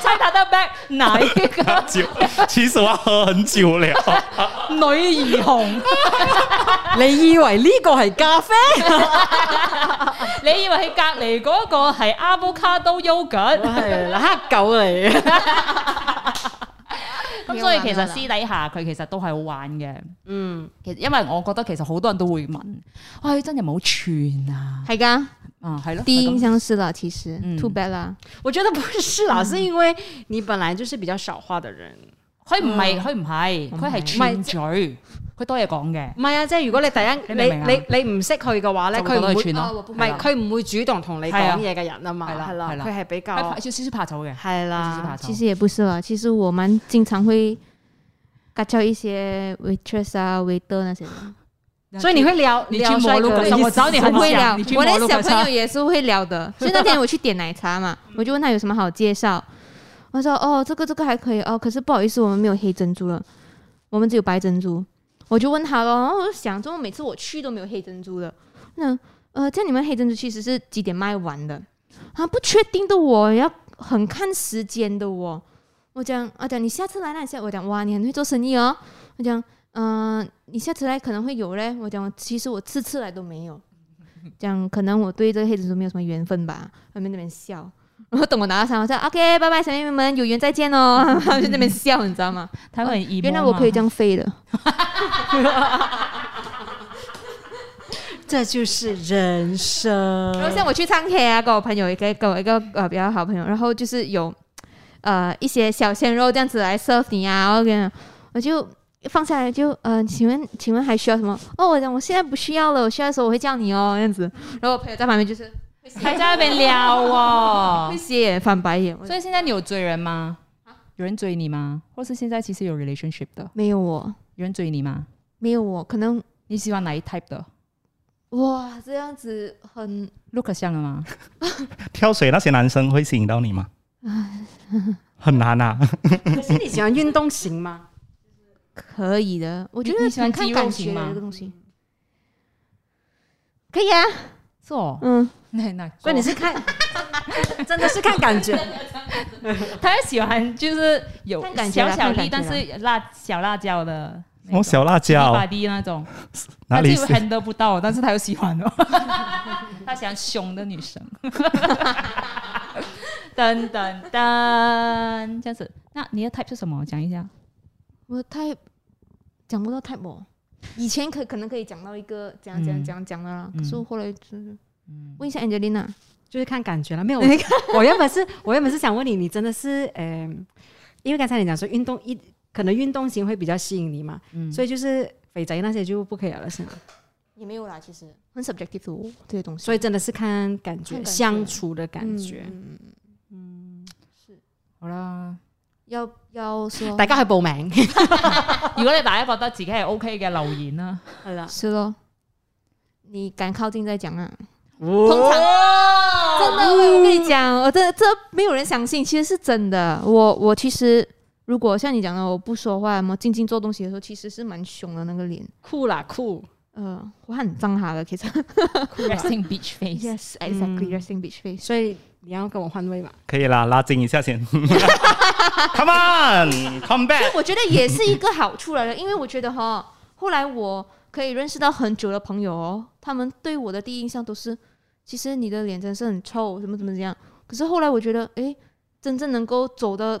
猜他的 back 哪一个
酒，其实我要喝很久了。
女儿紅？
你以為呢個係 咖啡？
你以為佢隔離嗰個係 avocado yogurt？
係啦，黑狗嚟嘅。
咁所以其實私底下佢其實都係好玩嘅。
嗯，
其實因為我覺得其實好多人都會問：，唉、真係冇串啊！
海刚
啊，係咯，
第一
係
印
咁
象是了，其实
嗯
too bad 啦。
我覺得不是啦，是因為你本來就是比較少話的人。
佢唔係佢嗯唔係，佢係串嘴，佢多嘢講嘅。
唔係啊，即係如果你第
你明唔
一
明啊
你你你唔識佢嘅話咧，
就會啊
佢
覺
唔
得佢
會
串咯
唔係佢唔會主動同你
係啊
講嘢嘅人啊嘛，
係啦
係
係
啦，
啦
佢係比
佢怕
較
少少少怕醜嘅，
係
少少怕
啦，
醜
其。实也不是啦，其实我蛮经常会尬叫一些 waitress 啊、waiter 那些的。
所以你會聊
你
聊
去
衰
摩洛哥
哥
我找你
不
很
会聊
想，你去
我
摩
的
洛
小
哥
朋友
餐。
也是会聊 的。所以那天我去点奶茶嘛，我就问他有什么好介绍，我说哦，这个这个还可以哦，可是不好意思，我们没有黑珍珠了，我们只有白珍珠。我就问他咯，然后我就想，怎么每次我去都没有黑珍珠的？那呃，这样你们黑珍珠其实是哦几点卖完的？啊，不确定的我，要很看时间的我。我讲，我讲你下次来啦，你下我讲哇，你很会做生意哦。我讲，嗯、你下次来可能会有嘞。我讲，其实我次次来都没有，讲可能我对这个黑蜘蛛没有什么缘分吧。他们那边笑， 然后等我拿到三，我说 OK，拜拜，小妹妹们，有缘再见哦。 他们就那边笑，你知 道吗？
他们很
原来我可以这样飞的。
这就是人生。
嗯
然后像我去唱 K 啊，跟我朋友一个跟我一个呃比较好朋友，然后就是有呃一些小鲜肉这样子来 serve 你啊，然后跟我就放下来就呃，请问请问还需要什么？哦，我讲我现在不需要了，我需要的时候我会叫你哦，这样子。然后我朋友在旁边就是
还在那边撩哦
会。斜眼翻白眼，我
所以现在你有追人吗？
啊
有人追你吗？或是现在其实有 relationship 的，
没有我，
有人追你吗？
没有我，可能
你喜欢哪一 type 的
哇这样子很
？look 像了吗？
跳水那些男生会吸引到你 吗？很难啊，
可是你喜欢运动型吗？
可以的，我觉
你
得
你喜欢
看
肌肉
感
型
觉
吗嗯
的这个东西，可以啊，
是哦，
嗯，
那 那
所以你是看， 真的是看感觉。
他喜欢就是有
看感觉
小
啦
小
看感
力，
觉
但
啦
是辣小辣椒的那种，
哦，小辣椒
大滴那种，
哪
他
里
就是 handle 不到，但是他又喜欢哦， 他喜欢凶的女生。 噔噔噔，这样子。那你的 type 是什么？讲一下。
我太讲不到太薄，以前可可能可以讲到一个怎样怎样
嗯
怎样讲的啦，
嗯
可是我后来就是问一下 Angelina，
就是看感觉了，没 有。我原本是，我原本是想问你，你真的是，嗯、因为刚才你讲说运动一，可能运动型会比较吸引你嘛，
嗯
所以就是肥宅那些就不可以了，是吗？
也没有啦，其实很 subjective 的哦，这些东西
所以真的是看感觉，
看感觉
相处的感觉。
嗯嗯
好啦，
要要说
大家去報名
如果你大家覺得自己係 OK 嘅，留言啊啦。
係啦，
是咯，你敢靠近再讲啊，
通
通常。真的，我跟你讲，我这这没有人相信，其实是真的。我我其实如果像你讲的，我不说话，么静静做东西的时候，其实是蛮凶的那个脸。
酷啦酷，
呃，我很脏他的，其实。
Resting beach face，
yes, exactly. Resting bitch face.
所以你要跟我换位嘛？
可以啦，拉近一下先。Come on，come back。
我觉得也是一个好处来了，因为我觉得哈，后来我可以认识到很久的朋友哦，他们对我的第一印象都是，其实你的脸真是很臭，怎么怎么怎样。可是后来我觉得，诶，真正能够走得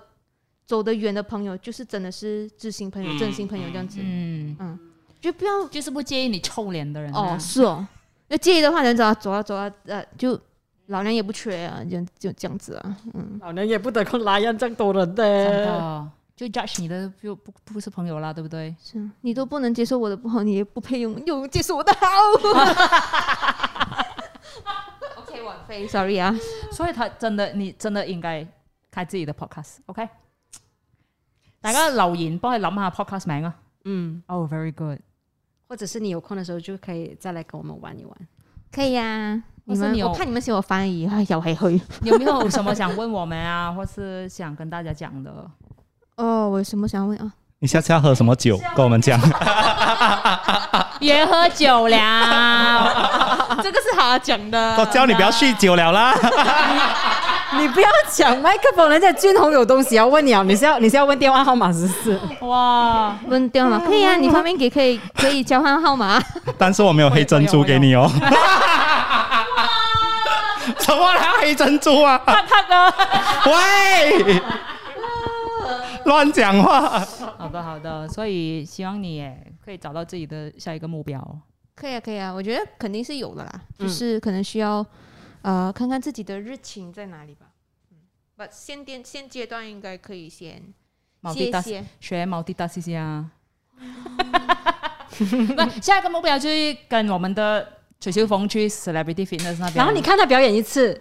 走得远的朋友，就是真的是知心朋友、
嗯
真心朋友这样子，
嗯，
就不要
就是不介意你臭脸的人啊
哦，是哦，要介意的话，人走啊走啊走啊，呃，就老娘也不缺啊，就就这样子啊，嗯，
老娘也不得空拉人这么多人
真
的，
的就 judge 你的就不不是朋友啦，对不对？
是啊，你都不能接受我的不好，你也不配拥有接受我的好。OK，我飞，sorry 啊，
所以他真的，你真的應該開自己的 podcast，OK？、大家留言幫佢諗下 podcast 名啊。
嗯，
Oh, very good。
或者是你有空的时候就可以再来跟我们玩一玩。
可以啊。你
或是
们
你有
我怕你们嫌我烦而已，哎，又系佢。
你有没有什麼想問我們啊，或是想跟大家講的？
哦，我有什么想问啊？
你下次要喝什么酒？跟我们讲。
也喝酒 啦，
这个是他讲的
我叫你不要酗酒了啦。
你不要抢麦克风，人家俊宏有东西要问你啊！你是要你是要问电话号码是不是？
哇！
问掉了，可以啊，你方便给可以可以交换号码。
但是我没有黑珍珠给你哦。 什么啦？黑珍珠啊？喂，乱讲话。
好的，好的，所以希望你也可以找到自己的下一个目标。
可以啊，可以啊，我觉得肯定是有的啦，
嗯
就是可能需要呃看看自己的日情在哪里吧。嗯，不，现阶现阶段应该可以先谢
multitask
谢。
学 multitask 先啊。 不，下一个目标就是跟我们的徐小凤去 Celebrity Fitness 那边。
然后你看他表演一次，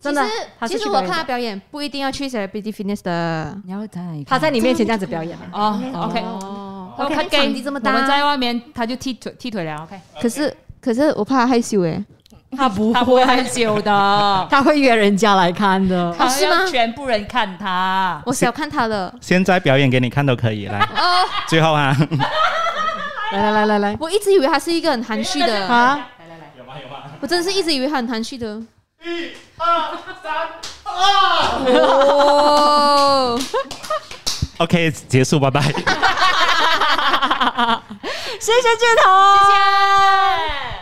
真的
其实，
他是
其实
去
我
表演
看他表演不一定要去 Celebrity Fitness 的，
你要在哪里看？
他在你面前这样子表演啊。
哦，OK，
哦，
我看
那场地这么大
我们在外面他就踢腿踢腿了，OK，
可是可是我怕他害羞哎，
他不
他不会很久的，
他会约人家来看的。
他
是
要
吗
全部人看他。
我小看他了。
现在表演给你看都可以，来，
哦，
最后啊，
来来来来来
我一直以为他是一个很含蓄
哎
的，
啊！
我真的是一直以为他很含蓄的。 一二三，哇！
OK，结束，拜拜。
谢谢俊彤。
谢谢。